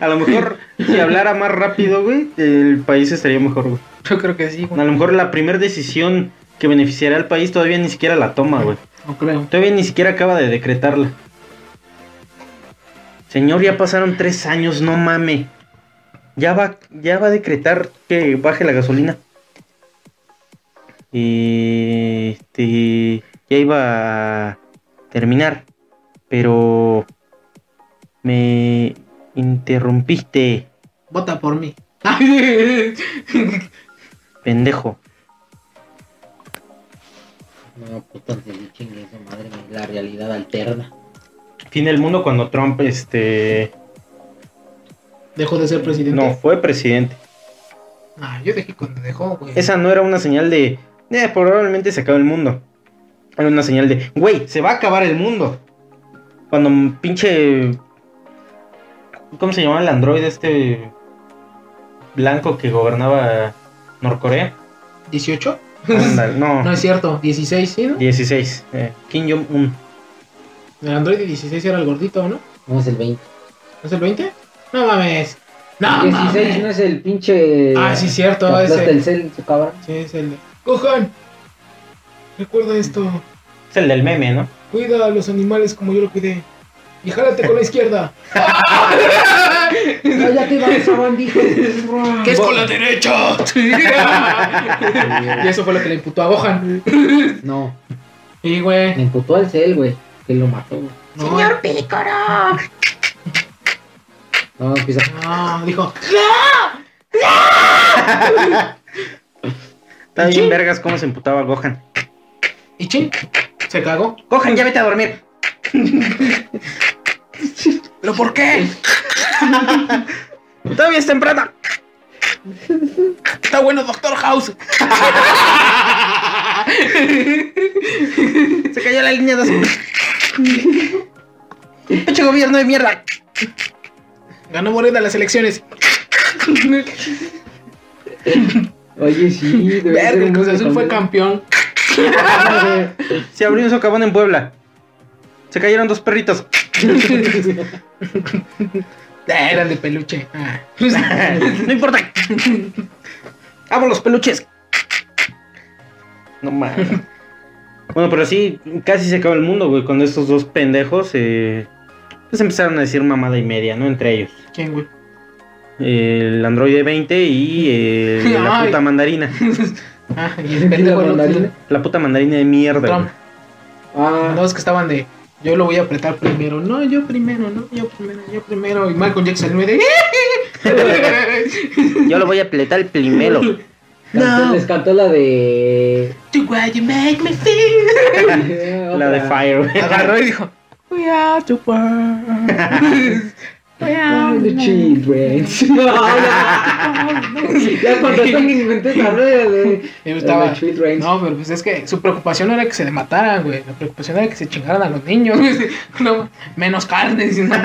A: A lo mejor si hablara más rápido, güey, el país estaría mejor, güey.
C: Yo creo que sí,
A: A
C: güey.
A: lo mejor la primera decisión que beneficiará al país todavía ni siquiera la toma, güey.
C: No creo.
A: Todavía ni siquiera acaba de decretarla. Señor, ya pasaron tres años, no mame. Ya va, ya va a decretar que baje la gasolina. Y este, ya iba a terminar, pero me interrumpiste,
C: Vota por mí.
A: pendejo.
B: No, puta, se le chingue esa madre. La realidad alterna.
A: Fin del mundo cuando Trump, este,
C: Dejó de ser presidente.
A: no fue presidente.
C: Ah, yo dejé cuando dejó, güey.
A: Esa no era una señal de, "Eh, probablemente se acaba el mundo. Era una señal de, güey, se va a acabar el mundo. Cuando m- pinche... ¿Cómo se llamaba el androide este blanco que gobernaba Norcorea?
C: ¿18?
A: Ándale,
C: No
A: no,
C: es cierto, 16, ¿sí, no?
A: 16. eh, Kim Jong-un.
C: El Android 16 era el gordito, ¿no?
B: No es el 20.
C: ¿No es el 20? No mames. No,
B: El 16 no
C: mames.
B: es el pinche.
C: Ah, sí, cierto,
B: Eh, que aplasta
C: ese.
B: el cel, su cabrón.
C: Sí, es el de. ¡Cojan! Recuerda esto.
A: Es el del meme, ¿no?
C: Cuida a los animales como yo lo cuidé. Y jálate con la izquierda.
B: No, ya que va esa bandija.
C: ¿Qué es con la derecha? y eso fue lo que le imputó a Gohan.
B: No,
C: Y güey.
B: me imputó al cel, güey. Que lo mató, güey.
C: No,
D: Señor Pícaro.
B: No, pues, empieza.
C: no, dijo.
A: Está bien,
C: Sí.
A: vergas, cómo se emputaba Gohan.
C: Y chin. Se cagó.
A: Gohan, ya vete a dormir.
C: ¿Pero por qué?
A: Todavía es temprano.
C: Está bueno, Doctor House.
A: Se cayó la línea 2. Pinche gobierno de mierda.
C: Ganó Morena las elecciones.
B: Oye, sí, güey.
C: Verga, el Cruz Azul fue campeón.
A: Se abrió un socavón en Puebla. Se cayeron dos perritos.
C: Ah, eran de peluche. Ah.
A: No importa. Amo los peluches. No mames. Bueno, pero sí, casi se acaba el mundo, güey. Cuando estos dos pendejos eh, pues empezaron a decir mamada y media, ¿no? Entre ellos.
C: ¿Quién, güey?
A: El androide 20 y eh, la
C: Ay.
A: puta mandarina.
C: Ah, y el pendejo el otro.
A: La puta mandarina de mierda.
C: Trump.
A: güey.
B: Ah,
C: Dos que estaban de. Yo lo voy a apretar primero. No, yo primero, no, yo primero, yo primero. Y Michael Jackson me de.
A: Yo lo voy a pletar el primero.
B: cantó-
D: No.
B: Les cantó la de. Ah,
D: The way you make me feel.
A: La de Fire, güey.
C: Agarró y dijo. We are the world.
D: We
B: Oh,
D: are
B: the
D: the-
B: children. ya cuando están inventé la rueda de.
C: Me gustaba.
B: de children.
C: No, pero pues es que su preocupación no era que se le mataran, güey. La preocupación era que se chingaran a los niños. No, menos carne. si no.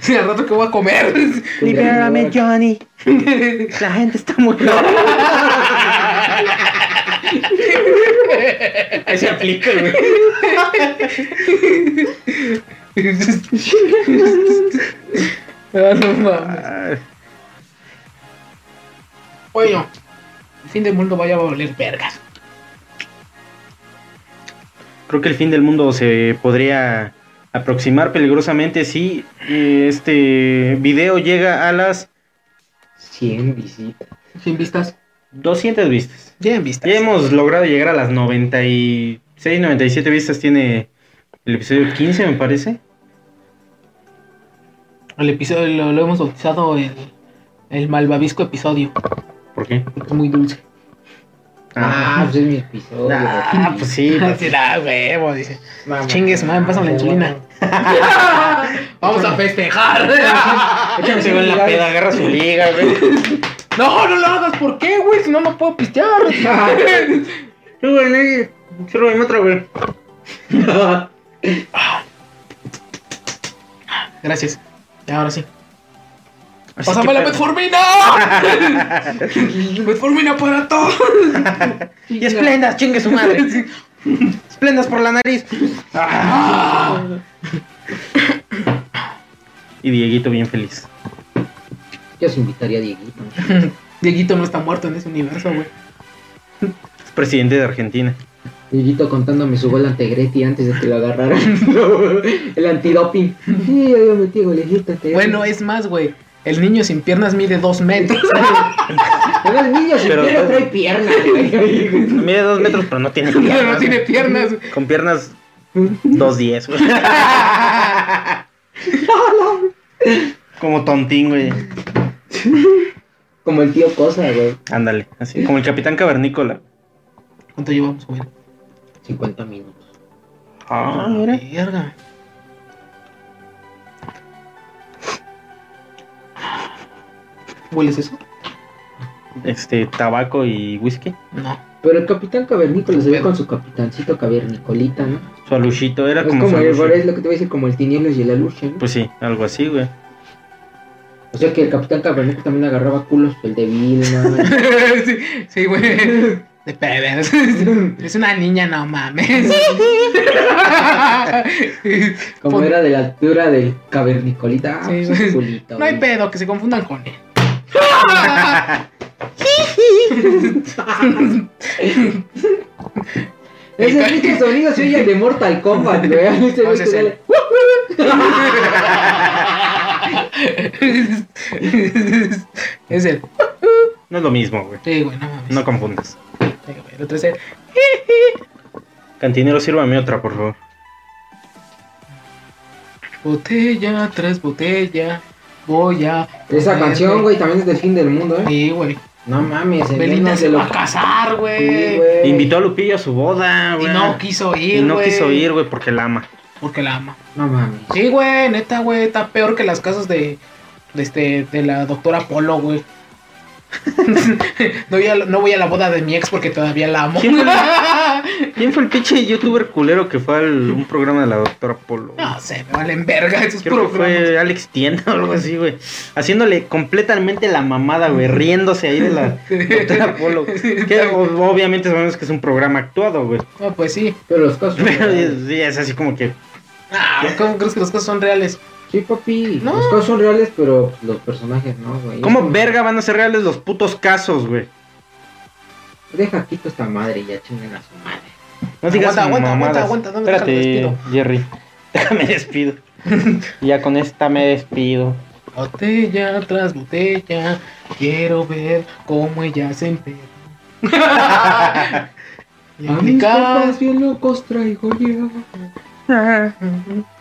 C: Sí, al rato que voy a comer.
A: Libérame, Johnny. La gente está muy loca. Esa aplica, güey.
C: Ah, no mames. Bueno, el fin del mundo vaya a valer vergas.
A: Creo que el fin del mundo se podría aproximar peligrosamente si eh, este video llega a las
B: 100 visitas.
C: 100 vistas.
A: 200 vistas.
C: Bien vistas.
A: Ya hemos logrado llegar a las 96, 97 vistas. Tiene el episodio 15, me parece.
C: El episodio lo, lo hemos bautizado el, el malvavisco episodio.
A: ¿Por qué?
C: porque Es muy dulce.
B: Ah, pues es mi episodio.
A: Ah, pues sí. pues.
C: da huevo, dice.
B: Mamá.
C: Chingues, man, pásame la
B: Ah,
C: insulina. Vamos a festejar.
B: Échame
A: Se va en la peda, agarra su liga, güey.
C: No, no lo hagas, ¿por qué, güey? Si no, no puedo pistear.
A: Yo, güey, nadie- sírveme otra, güey.
C: Gracias. Ya, ahora sí.
A: Así
C: ¡Pásame
A: que,
C: la
A: pero-
C: metformina! ¡Metformina para todo!
A: Y esplendas, chingue su madre. esplendas por la nariz. Y Dieguito bien feliz.
B: Yo os invitaría a Dieguito.
C: Dieguito no está muerto en ese universo, güey.
A: Es presidente de Argentina.
B: Dieguito contándome su gol ante Gretti antes de que lo agarraran. El antidoping. Sí, yo metí golejita. te-
C: Bueno, es más, güey. El niño sin piernas mide dos metros.
B: Pero el niño si
A: Pero-
B: quiere trae pierna. güey.
A: Mide dos metros, pero no tiene piernas.
C: no tiene piernas.
A: güey. Con piernas dos diez, güey. Como tontín, güey.
B: Como el tío Cosa, güey.
A: Ándale, así. Como el capitán cavernícola.
C: ¿Cuánto llevamos, güey?
B: 50 minutos.
A: Ah, mira.
C: Verga. ¿Hueles eso?
A: Este, tabaco y whisky.
C: No.
B: Pero el capitán cavernícola se ve
C: Pero-
B: con su capitancito cavernicolita, ¿no?
A: Su aluchito, era
B: Es
A: como,
B: como
A: su
B: el,
A: aluche.
B: es lo que te voy a decir, como el tinieblas y la lucha, ¿no?
A: Pues sí, algo así, güey.
B: O pues, sea que el capitán cavernícola también agarraba culos, el de Vilma.
C: sí, sí, güey. De pedos. Es una niña, no mames.
B: Como
C: Pon-
B: era de la altura del cavernicolita. ah,
C: Sí,
B: pues,
C: sí.
B: culito,
C: No hay
B: güey.
C: pedo, que se confundan con él.
B: Ese pinche sonido se oye el de Mortal Kombat, güey. Ese
C: No,
B: güey
C: ese es
B: que
C: él.
B: sale-
C: es el.
A: No es lo mismo, güey.
C: Sí, güey, no mames.
A: No confundas.
C: Sí, güey, el otro es el.
A: Cantinero, sírvame otra, por favor.
C: Botella tras botella. Voy a.
B: Esa canción, güey, también es del fin del mundo, ¿eh?
C: Sí, güey.
B: No mames, el
C: Belinda
B: menos
C: se
B: de
C: va a casar,
B: Sí,
C: güey.
B: güey.
A: Invitó a Lupillo a su boda,
C: Y
A: güey.
C: no quiso ir,
A: Y no
C: güey.
A: quiso ir, güey, porque la ama.
C: Porque la ama.
B: No mames.
C: Sí, güey, neta, güey, está peor que las casas de, de este, de la doctora Polo, güey. no, voy a, la- no voy a la boda de mi ex porque todavía la amo.
A: ¿Quién ¿Quién fue el pinche youtuber culero que fue al un programa de la doctora Polo? güey?
C: no sé, me valen verga esos
A: Creo que
C: programas.
A: fue Alex Tienda o algo así, güey. Haciéndole completamente la mamada, güey. Riéndose ahí de la doctora Polo. Que o- obviamente sabemos que es un programa actuado, güey.
C: No, pues sí.
B: Pero los casos.
A: Pero es- sí, es así como que.
C: Ah, ¿Cómo crees que las cosas son reales?
B: Sí, papi.
C: No.
B: Los casos son reales, pero los personajes no, güey.
A: ¿Cómo verga van a ser reales los putos casos, güey?
B: Deja quito esta madre y ya chinguen a su madre.
A: No digas
C: Aguanta, aguanta,
A: mamadas.
C: aguanta, aguanta, ¿dónde
A: Espérate,
C: está el
A: Jerry. Déjame despido. Y ya con esta me despido.
C: Botella tras botella, quiero ver cómo ella se emperra. Y
B: A mis
C: aplicar-
B: papás bien locos traigo yo.
A: Ah,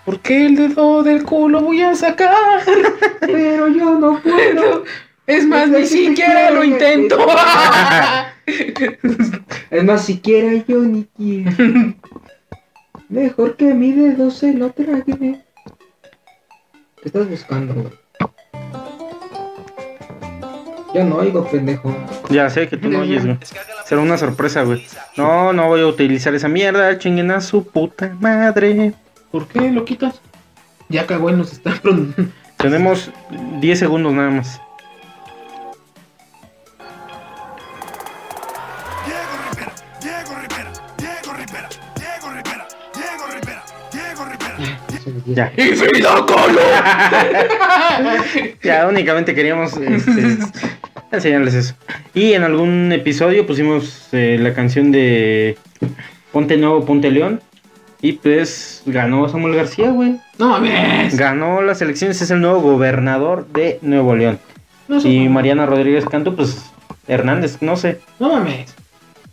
C: Porque el dedo del culo voy a sacar.
B: Pero yo no puedo.
C: Es más, ni siquiera lo intento.
B: Es más, siquiera yo ni quiero. Mejor que mi dedo se lo trague. ¿Qué estás buscando, güey? Yo no oigo, pendejo.
A: Ya sé que tú no oyes, güey. Será una sorpresa, güey. No, no voy a utilizar esa mierda. Chinguen a su puta madre.
C: ¿Por qué lo quitas? Ya cagó en los están
A: Tenemos 10 segundos nada más.
E: Diego Rivera, Diego Rivera, Diego Rivera, Diego Rivera, Diego Rivera, Diego Rivera.
A: Ya.
C: ¡Infinito colo!
A: Ya, únicamente queríamos este, enseñarles eso. Y en algún episodio pusimos eh, la canción de Ponte Nuevo, Ponte León. Y pues ganó Samuel García, güey.
C: No mames.
A: Ganó las elecciones, es el nuevo gobernador de Nuevo León.
C: No,
A: Y
C: mames.
A: Mariana Rodríguez Canto, pues Hernández, no sé.
C: no mames.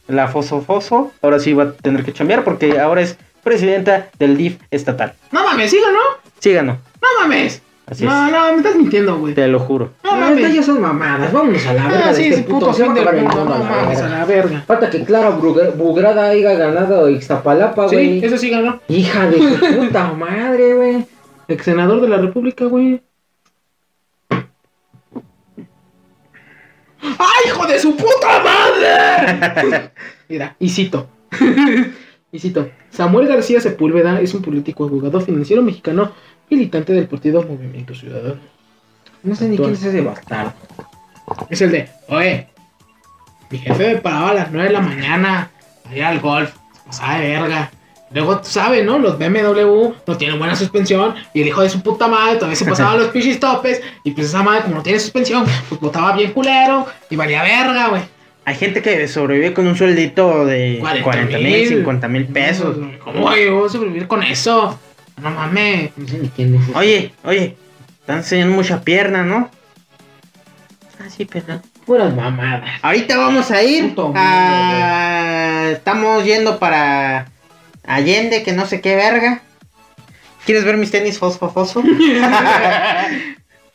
A: La Foso Foso, ahora sí va a tener que chambear porque ahora es presidenta del DIF estatal.
C: No mames, sigo, ¿no?
A: Sí ganó,
C: No mames.
A: así
C: No, no, me estás mintiendo, güey.
A: es. Te lo juro.
C: No
B: No, estas
C: mames.
B: ya son mamadas. Vámonos a la verga.
C: Ah,
B: de
C: sí,
B: este
C: sí, puto
B: se va
C: fin
B: a
C: del
B: acabar el mundo
C: mundo.
B: a
C: No
B: la
C: mames, a
B: verga.
C: la verga.
B: Falta que Clara Brugre- Bugrada haya ganado Ixtapalapa,
C: Sí,
B: güey.
C: eso sí ganó.
B: Hija de su puta madre, güey.
C: Ex senador de la República, güey. ¡Ay, hijo de su puta madre! Mira, y cito. y cito. Samuel García Sepúlveda es un político, abogado financiero mexicano, militante del partido Movimiento Ciudadano.
B: No sé ni quién es ese bastardo.
C: Es el de, oye, mi jefe me paraba a las 9 de la mañana a ir al golf, se pasaba de verga. Luego, tú sabes, ¿no? Los BMW no tienen buena suspensión y el hijo de su puta madre todavía se pasaba los pinches topes y pues esa madre como no tiene suspensión, pues botaba bien culero y valía verga, güey.
A: Hay gente que sobrevive con un sueldito de 40 mil, 50 mil pesos.
C: ¿Cómo güey, yo voy a sobrevivir con eso? No mames.
B: No sé ni quién es ese.
A: Oye, oye, están enseñando mucha pierna, ¿no? Ah, sí, perdón.
B: Puras mamadas.
A: Ahorita vamos a ir.
B: Puto
A: ah, a- Estamos yendo para Allende, que no sé qué verga. ¿Quieres ver mis tenis fosfofoso?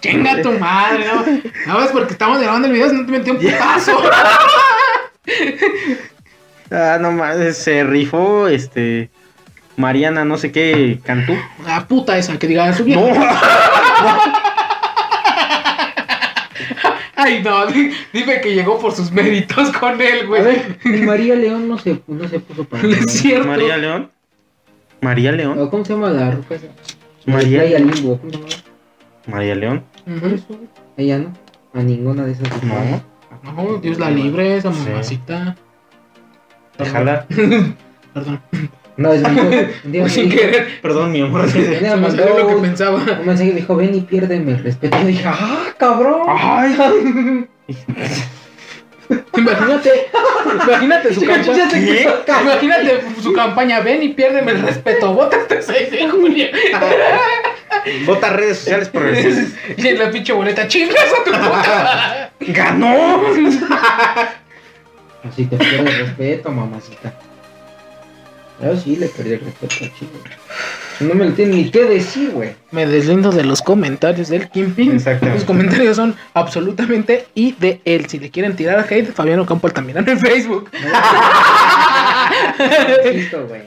C: Chinga tu madre, ¿no? No, es porque estamos grabando el video, si no te metí un putazo.
A: ah, no mames, se rifó este. Mariana, no sé qué, Cantú.
C: La puta esa que diga su vieja.
A: No,
C: Ay, no, di- dime que llegó por sus méritos con él,
B: A
C: güey.
B: ver, ni María León no se, no se puso para
C: No es cierto.
A: María León. María León.
B: ¿O ¿Cómo se llama la ruca esa?
A: María,
B: Playa Limbo. ¿Cómo se llama?
A: María León.
B: Por
C: Ujú.
B: eso, güey. Ella no. A ninguna de esas.
A: No.
C: No, Dios la libre, esa mamacita.
A: de jalar.
C: Perdón.
B: Una vez me dijo, un día me
C: Pues Sin
B: dijo,
C: querer.
A: Perdón, mi amor.
B: un
C: Se
B: día me
C: me salió lo
B: mandó
C: que
B: un,
C: pensaba.
B: un mensaje y dijo, ven y piérdeme el respeto. Y dije, ah, cabrón.
C: Imagínate, imagínate su campaña.
B: Fíjate que
A: ¿Qué?
B: toca.
C: Imagínate su campaña, ven y piérdeme el respeto. Vota este 6 de junio.
A: Vota redes sociales progresistas.
C: Y en la pinche boleta, chingas a tu puta.
A: ¡Ganó!
B: Así te pierdo el respeto, mamacita. Yo sí le perdí el respeto al chico. No me lo tiene ni qué decir, güey.
C: Me deslindo de los comentarios del Kimpin.
A: Exactamente.
C: Los comentarios son absolutamente y de él. Si le quieren tirar a hate, Fabiano Campo Altamirano en Facebook.
B: Chico, güey.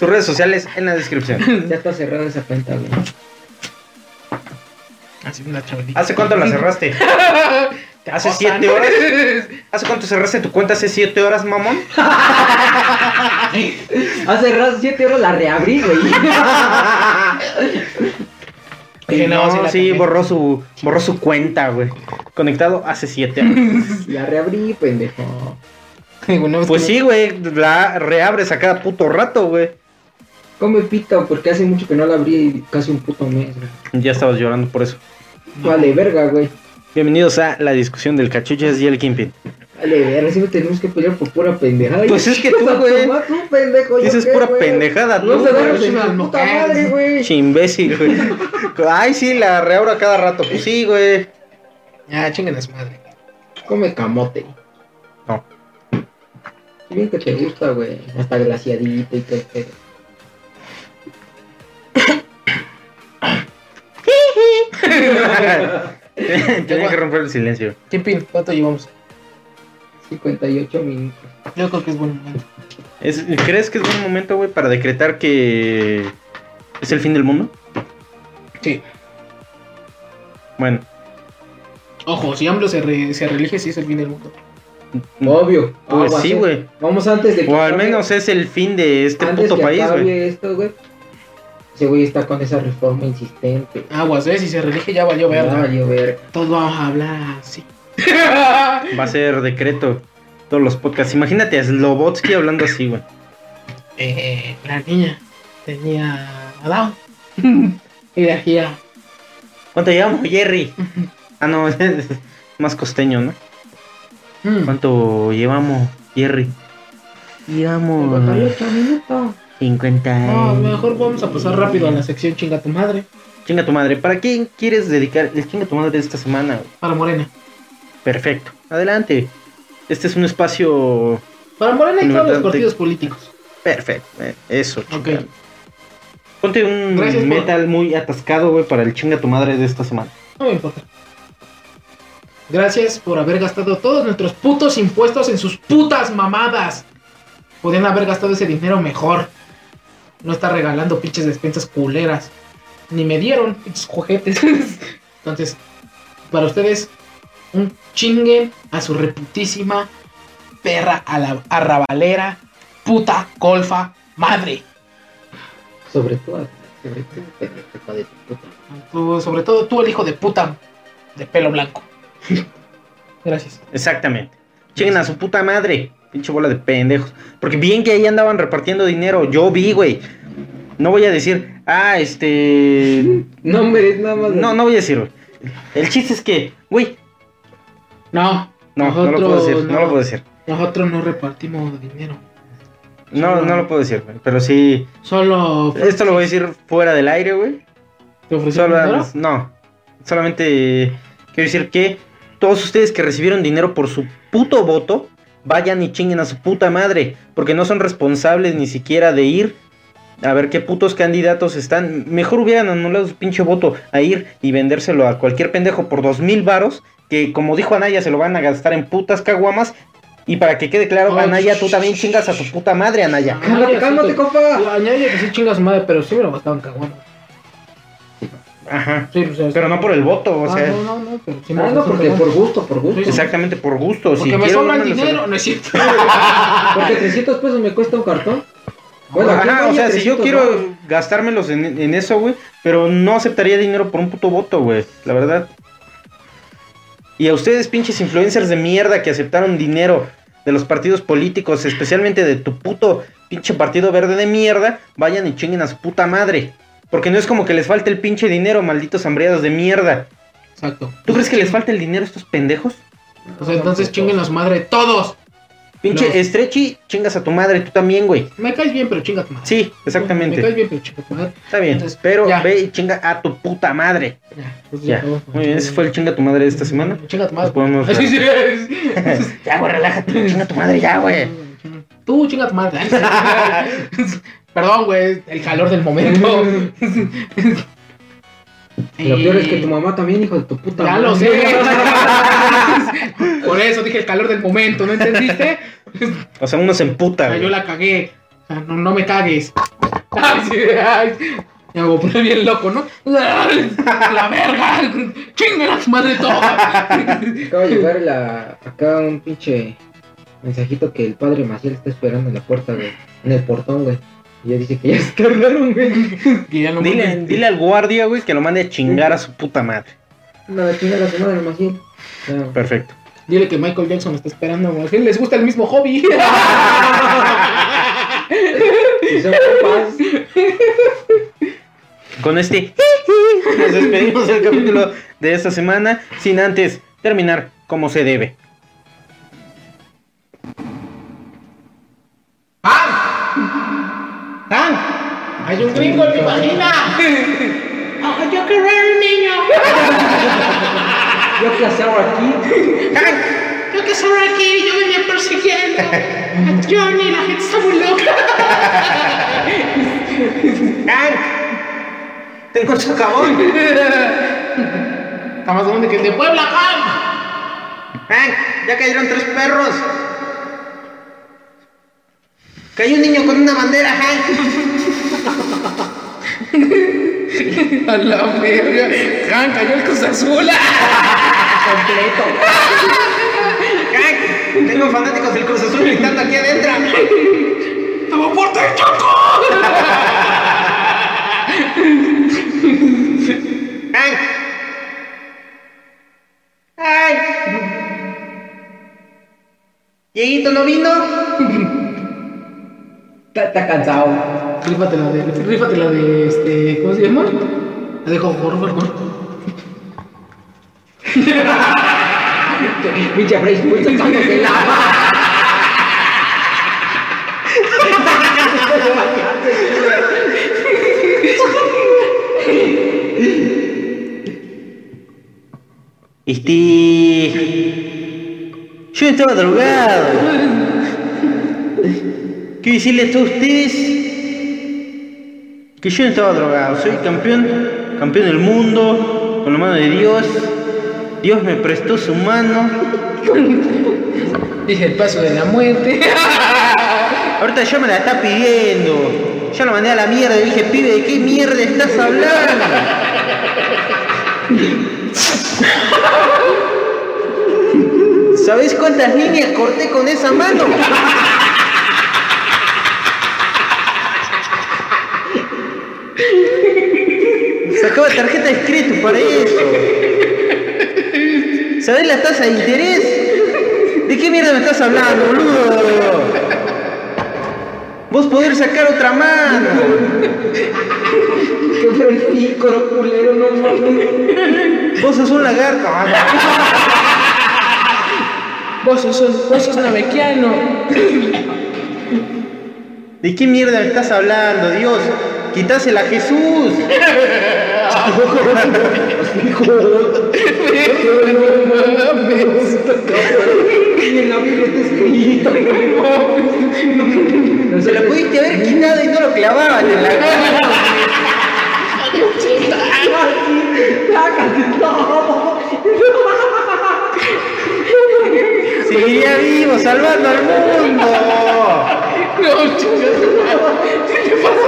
A: Tus redes sociales en la descripción.
B: Ya está cerrada esa cuenta, güey.
C: Así una chavalita.
A: ¿Hace cuánto la cerraste? ¿Hace siete horas? ¿Hace cuánto cerraste tu cuenta? ¿Hace siete horas, mamón?
B: Hace rato, siete horas la reabrí, güey.
C: Oye, no, sí
A: no,
C: la
A: sí,
C: cambié.
A: borró su, borró su cuenta, güey. Conectado hace siete horas.
B: La reabrí, pendejo.
A: Pues sí, güey, la reabres a cada puto rato, güey.
B: Come pito, porque hace mucho que no la abrí casi un puto mes, güey.
A: Ya estabas llorando por eso.
B: Vale, verga, güey.
A: Bienvenidos a la discusión del cachuchas y el Kimpin.
B: Vale, verga, siempre tenemos que pelear por pura pendejada.
A: Pues es que tú,
B: Hasta
A: güey.
B: tomar Tú, pendejo. ¿yo
A: Dices
B: qué,
A: pura
B: güey?
A: pendejada,
B: No
A: tú,
B: se
A: güey.
B: da
C: eres una
B: su puta
C: mujer.
B: madre, güey.
A: Pinche imbécil, güey. Ay, sí, la reabro a cada rato. Pues sí, güey.
C: Ah, chingan a su madre.
B: Come camote.
A: No.
B: Qué bien que te gusta, güey. Hasta glaciadito y todo el pedo.
A: Tenía que romper el silencio.
C: Kimpin, ¿cuánto llevamos?
B: 58 minutos.
C: Yo creo que es buen momento.
A: Es- ¿Crees que es buen momento, güey, para decretar que es el fin del mundo?
C: Sí.
A: Bueno,
C: Ojo, si AMLO se, re- se reelige, sí es el fin del mundo.
B: Obvio.
A: pues
B: aguas,
A: sí,
B: eh.
A: güey.
B: Vamos antes de
A: O al
B: acabe-
A: menos es el fin de este
B: antes
A: puto
B: que
A: país,
B: acabe
A: güey.
B: esto, güey. Ese güey está con esa reforma insistente.
C: Aguas, ¿eh? Si se reelige ya valió
B: Ya
C: verga.
B: valió verga.
C: Todos vamos a hablar así.
A: Va a ser decreto. Todos los podcasts. Imagínate a Slobotsky hablando así, güey.
C: eh, la niña tenía a Down. y de aquí a...
A: ¿Cuánto llevamos, Jerry? Ah, no, es más costeño, ¿no?
C: Mm.
A: ¿Cuánto llevamos, Jerry? Llevamos
B: 58 minutos.
A: 50.
C: No, Ah, mejor vamos a pasar rápido a la sección chinga tu madre.
A: Chinga tu madre. ¿Para quién quieres dedicar el chinga tu madre de esta semana? güey?
C: Para Morena.
A: Perfecto. Adelante. Este es un espacio
C: Para Morena y todos los
A: Importante.
C: partidos políticos.
A: perfecto. eh, Eso.
C: Ok.
A: chingada. Ponte un
C: Gracias por-
A: metal muy atascado, güey, para el chinga tu madre de esta semana.
C: No me importa. Gracias por haber gastado todos nuestros putos impuestos en sus putas mamadas. Podrían haber gastado ese dinero mejor. No estar regalando pinches despensas culeras. Ni me dieron pinches cojetes. Entonces, para ustedes, un chingue a su reputísima perra a la arrabalera, puta colfa madre.
B: Sobre todo, sobre todo, pendejo, hijo de tu puta.
C: Tú, sobre todo tú, el hijo de puta de pelo blanco. Gracias.
A: Exactamente. Chinguen a su puta madre. Pinche bola de pendejos. Porque bien que ahí andaban repartiendo dinero. Yo vi, güey. No voy a decir, ah, este.
B: No me nada más.
A: No, no voy a decir, güey. El chiste es que, güey.
C: No,
A: No, no lo puedo
C: Nosotros
A: decir, no.
C: no.
A: lo puedo decir.
C: nosotros no repartimos dinero.
A: No, no lo puedo decir, güey. Pero sí.
C: Solo fue-
A: Esto lo voy a decir fuera del aire, güey.
C: te ofrecieron
A: Solo,
C: dinero.
A: no. Solamente quiero decir que todos ustedes que recibieron dinero por su puto voto, vayan y chinguen a su puta madre. Porque no son responsables ni siquiera de ir a ver qué putos candidatos están. Mejor hubieran anulado su pinche voto a ir y vendérselo a cualquier pendejo por dos mil varos. Que como dijo Anaya, se lo van a gastar en putas caguamas. Y para que quede claro,
C: Ay,
A: Anaya, tú
C: sh-
A: también chingas a tu puta madre, Anaya.
B: Cálmate, cálmate, compa.
C: Añade que sí chinga su madre, pero sí me lo gastaban cagón.
A: Ajá.
C: Sí, o sea,
A: Pero no por el voto, o
C: Ah,
A: sea.
C: no, no, no, pero sí me
B: Ah,
C: lo
B: no,
C: gastaban
B: porque
C: cagón.
B: por gusto, por gusto.
C: Sí, sí.
A: Exactamente, por gusto.
C: Porque
A: si
C: me
A: quiero,
C: sobra
A: no me
C: el
A: lo sobra.
C: dinero, no es cierto.
B: Porque 300 pesos me cuesta un cartón. Bueno, aquí
A: Ajá,
B: vaya
A: o sea, si yo
B: 300
A: quiero
B: varos.
A: gastármelos en, en eso, güey, pero no aceptaría dinero por un puto voto, güey, la verdad. Y a ustedes, pinches influencers de mierda que aceptaron dinero de de los partidos políticos, especialmente de tu puto pinche partido verde de mierda, vayan y chinguen a su puta madre. Porque no es como que les falte el pinche dinero, malditos hambreados de mierda.
C: Exacto.
A: ¿Tú crees que les falta el dinero a estos pendejos?
C: O sea, entonces chinguen a su madre todos.
A: Pinche
C: No.
A: Estrechi, chingas a tu madre, tú también, güey.
C: Me caes bien, pero chinga tu madre.
A: Sí,
C: Me caes
A: exactamente.
C: bien, pero chinga tu madre.
A: Está bien,
C: Entonces,
A: pero
C: ya.
A: ve y chinga a tu puta madre.
C: Ya, pues
A: Ya.
C: acabó.
A: Muy bien, ese fue el chinga a tu madre de esta semana.
C: Chinga tu madre.
A: Nos podemos-
C: Así sí es.
A: ya, güey, relájate, chinga a tu madre, ya, güey.
C: Tú, chinga tu madre. Perdón, güey, el calor del momento.
B: Y Lo peor es que tu mamá también, hijo de tu puta
C: Eh, Ya
B: madre.
C: lo sé. Por eso dije el calor del momento, ¿no entendiste?
A: O sea, uno se emputa,
C: Ah, yo
A: güey.
C: la cagué. O sea, no, no me cagues. Ay, sí, ay. Me voy a poner bien loco, ¿no? La verga. Chinguen a su madre toda.
B: Acaba de llegar la, acá un pinche mensajito que el padre Maciel está esperando en la puerta, güey. En el portón, güey. Y ya dice que ya se tardaron, güey.
C: Que ya no
A: Dile,
C: mames.
A: dile al guardia, güey, que lo mande a chingar a su puta madre.
B: No, chinga la semana de Maciel. No.
A: Perfecto.
C: Dile que Michael Jackson está esperando. güey. Que les gusta el mismo hobby.
B: Y son compas.
A: Con este nos despedimos del capítulo de esta semana, sin antes terminar como se debe.
C: ¡Ah! ¡Hay un gringo en mi vagina!
D: Oh, yo quiero ver un niño.
B: Yo qué hago aquí.
D: Yo que soy aquí, yo venía persiguiendo. a Johnny, la gente está muy loca.
A: Tengo socavón.
C: Está más grande que el de Puebla, Cam.
A: Ya cayeron tres perros. Cayó un niño con una bandera,
C: A la verga. Cam, cayó el Cruz Azul.
A: Tengo fanáticos del Cruz Azul gritando aquí adentro.
C: ¡Toma por choco!
A: ¡Ay! ¡Ay! ¿Dieguito no vino?
B: Está, está cansado.
C: Rífate la de. Rífate la de este. ¿Cómo se llama? La de Jorge
B: Pinche Frey, muy cansado de la
A: Este. Yo estaba drogado. Quiero decirle a todos ustedes que yo no estaba drogado. Soy campeón, campeón del mundo, con la mano de Dios. Dios me prestó su mano.
C: Dije el paso de la muerte.
A: Ahorita ya me la está pidiendo. Ya lo mandé a la mierda y dije, pibe, ¿de qué mierda estás hablando? ¿Sabés cuántas líneas corté con esa mano? Sacaba tarjeta de crédito para eso. ¿Sabés la tasa de interés? ¿De qué mierda me estás hablando, boludo? Vos poder sacar otra mano.
B: Que fue el pícoro culero, no mames.
A: Vos sos un lagarto.
C: Vos sos, vos sos navequiano.
A: ¿De qué mierda me estás hablando, Dios? Quitásela a Jesús.
B: Y en la Biblia está escrito.
A: Se la pudiste haber quitado y no lo clavaban en la Seguiría vivo, salvando al mundo.
C: No, chingas. ¿Qué te pasa?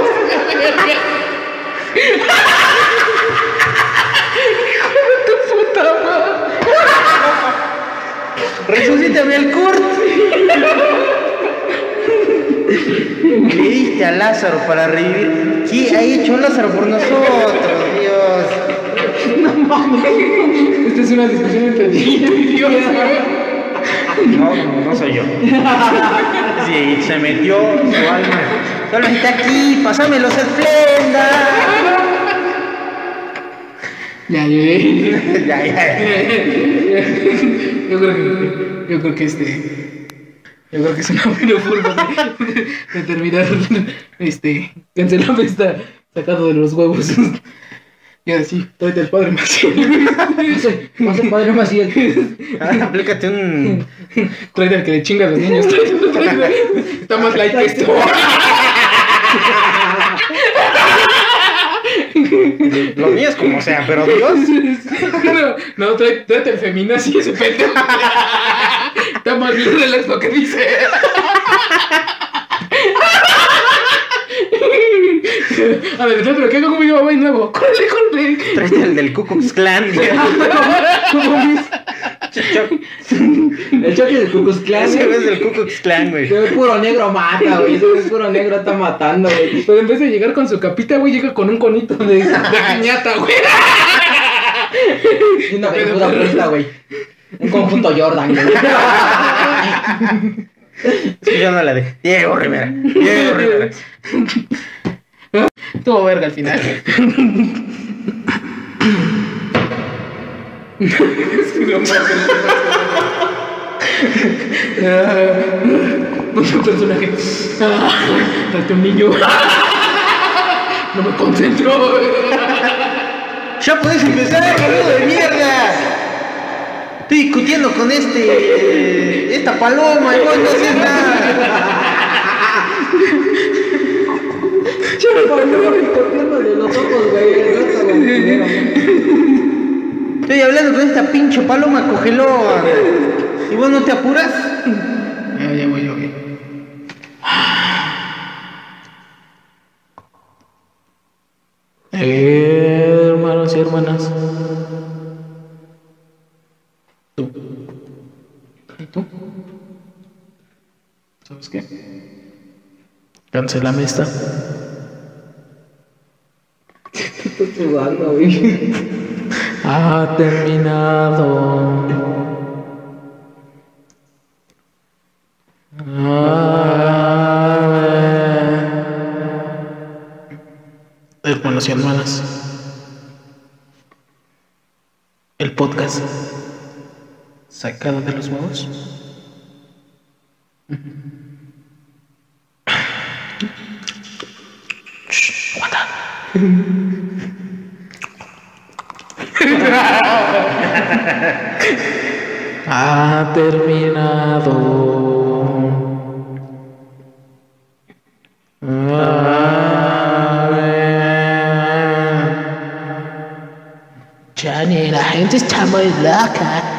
A: Resucítame al Kurt. Le diste a Lázaro para revivir. ¿Qué ha hecho Lázaro por nosotros, Dios?
C: ¿eh? Esta es una discusión entre ti y Dios.
A: No, no, no soy yo. Sí, se metió su alma. Solo está aquí, pásame los esplendas.
C: Ya, ya, ya.
A: Ya, ya.
C: Yo creo que, yo creo que este, yo creo que es una buena forma de, de terminar, este, cancelame esta sacado de los huevos. Y así, tráete al padre Maciel.
B: Más el padre Maciel.
A: Ah, aplícate un.
C: Tráete al que le chinga a los niños. tráete- tráete- Está más light que esto.
A: Lo mío es como sea, pero Dios.
C: No, no tráete, tráete al feminazi ese pendejo. Está más bien relax lo que dice. A ver, tráete lo que hago con mi mamá de nuevo. Córrele, córrele.
A: Tráete el del Ku Klux Klan.
B: El choque de Cucus Clan.
A: Ese
B: güey.
A: güey es del Ku Klux Klan, güey.
B: Ese güey puro negro mata, güey. Ese güey puro negro está matando, güey.
C: Pero en vez de llegar con su capita, güey, llega con un conito de, de piñata, güey.
B: Y una peluda puesta, güey. Un conjunto Jordan, güey.
A: Es que yo no la de. Diego Rivera. Diego Rivera.
C: Tuvo verga al final. Otro personaje. Ah, Trate un niño. No me concentro.
A: ¡Ya puedes empezar, boludo de mierda! Estoy discutiendo con este. esta paloma y vos no haces nada.
B: de los ojos, güey. El rato, güey.
A: Estoy hablando con esta pinche paloma cogeloa. Y vos no te apuras.
C: Ya, ya voy, ya voy. Eh, hermanos y hermanas. Tú. ¿Y tú? ¿Sabes qué? Cancelame esta.
B: Estoy sudando, güey.
C: Ha terminado. Ah. Hermanos y hermanas, el podcast sacado de los huevos. ha terminado. Johnny, la gente está muy loca.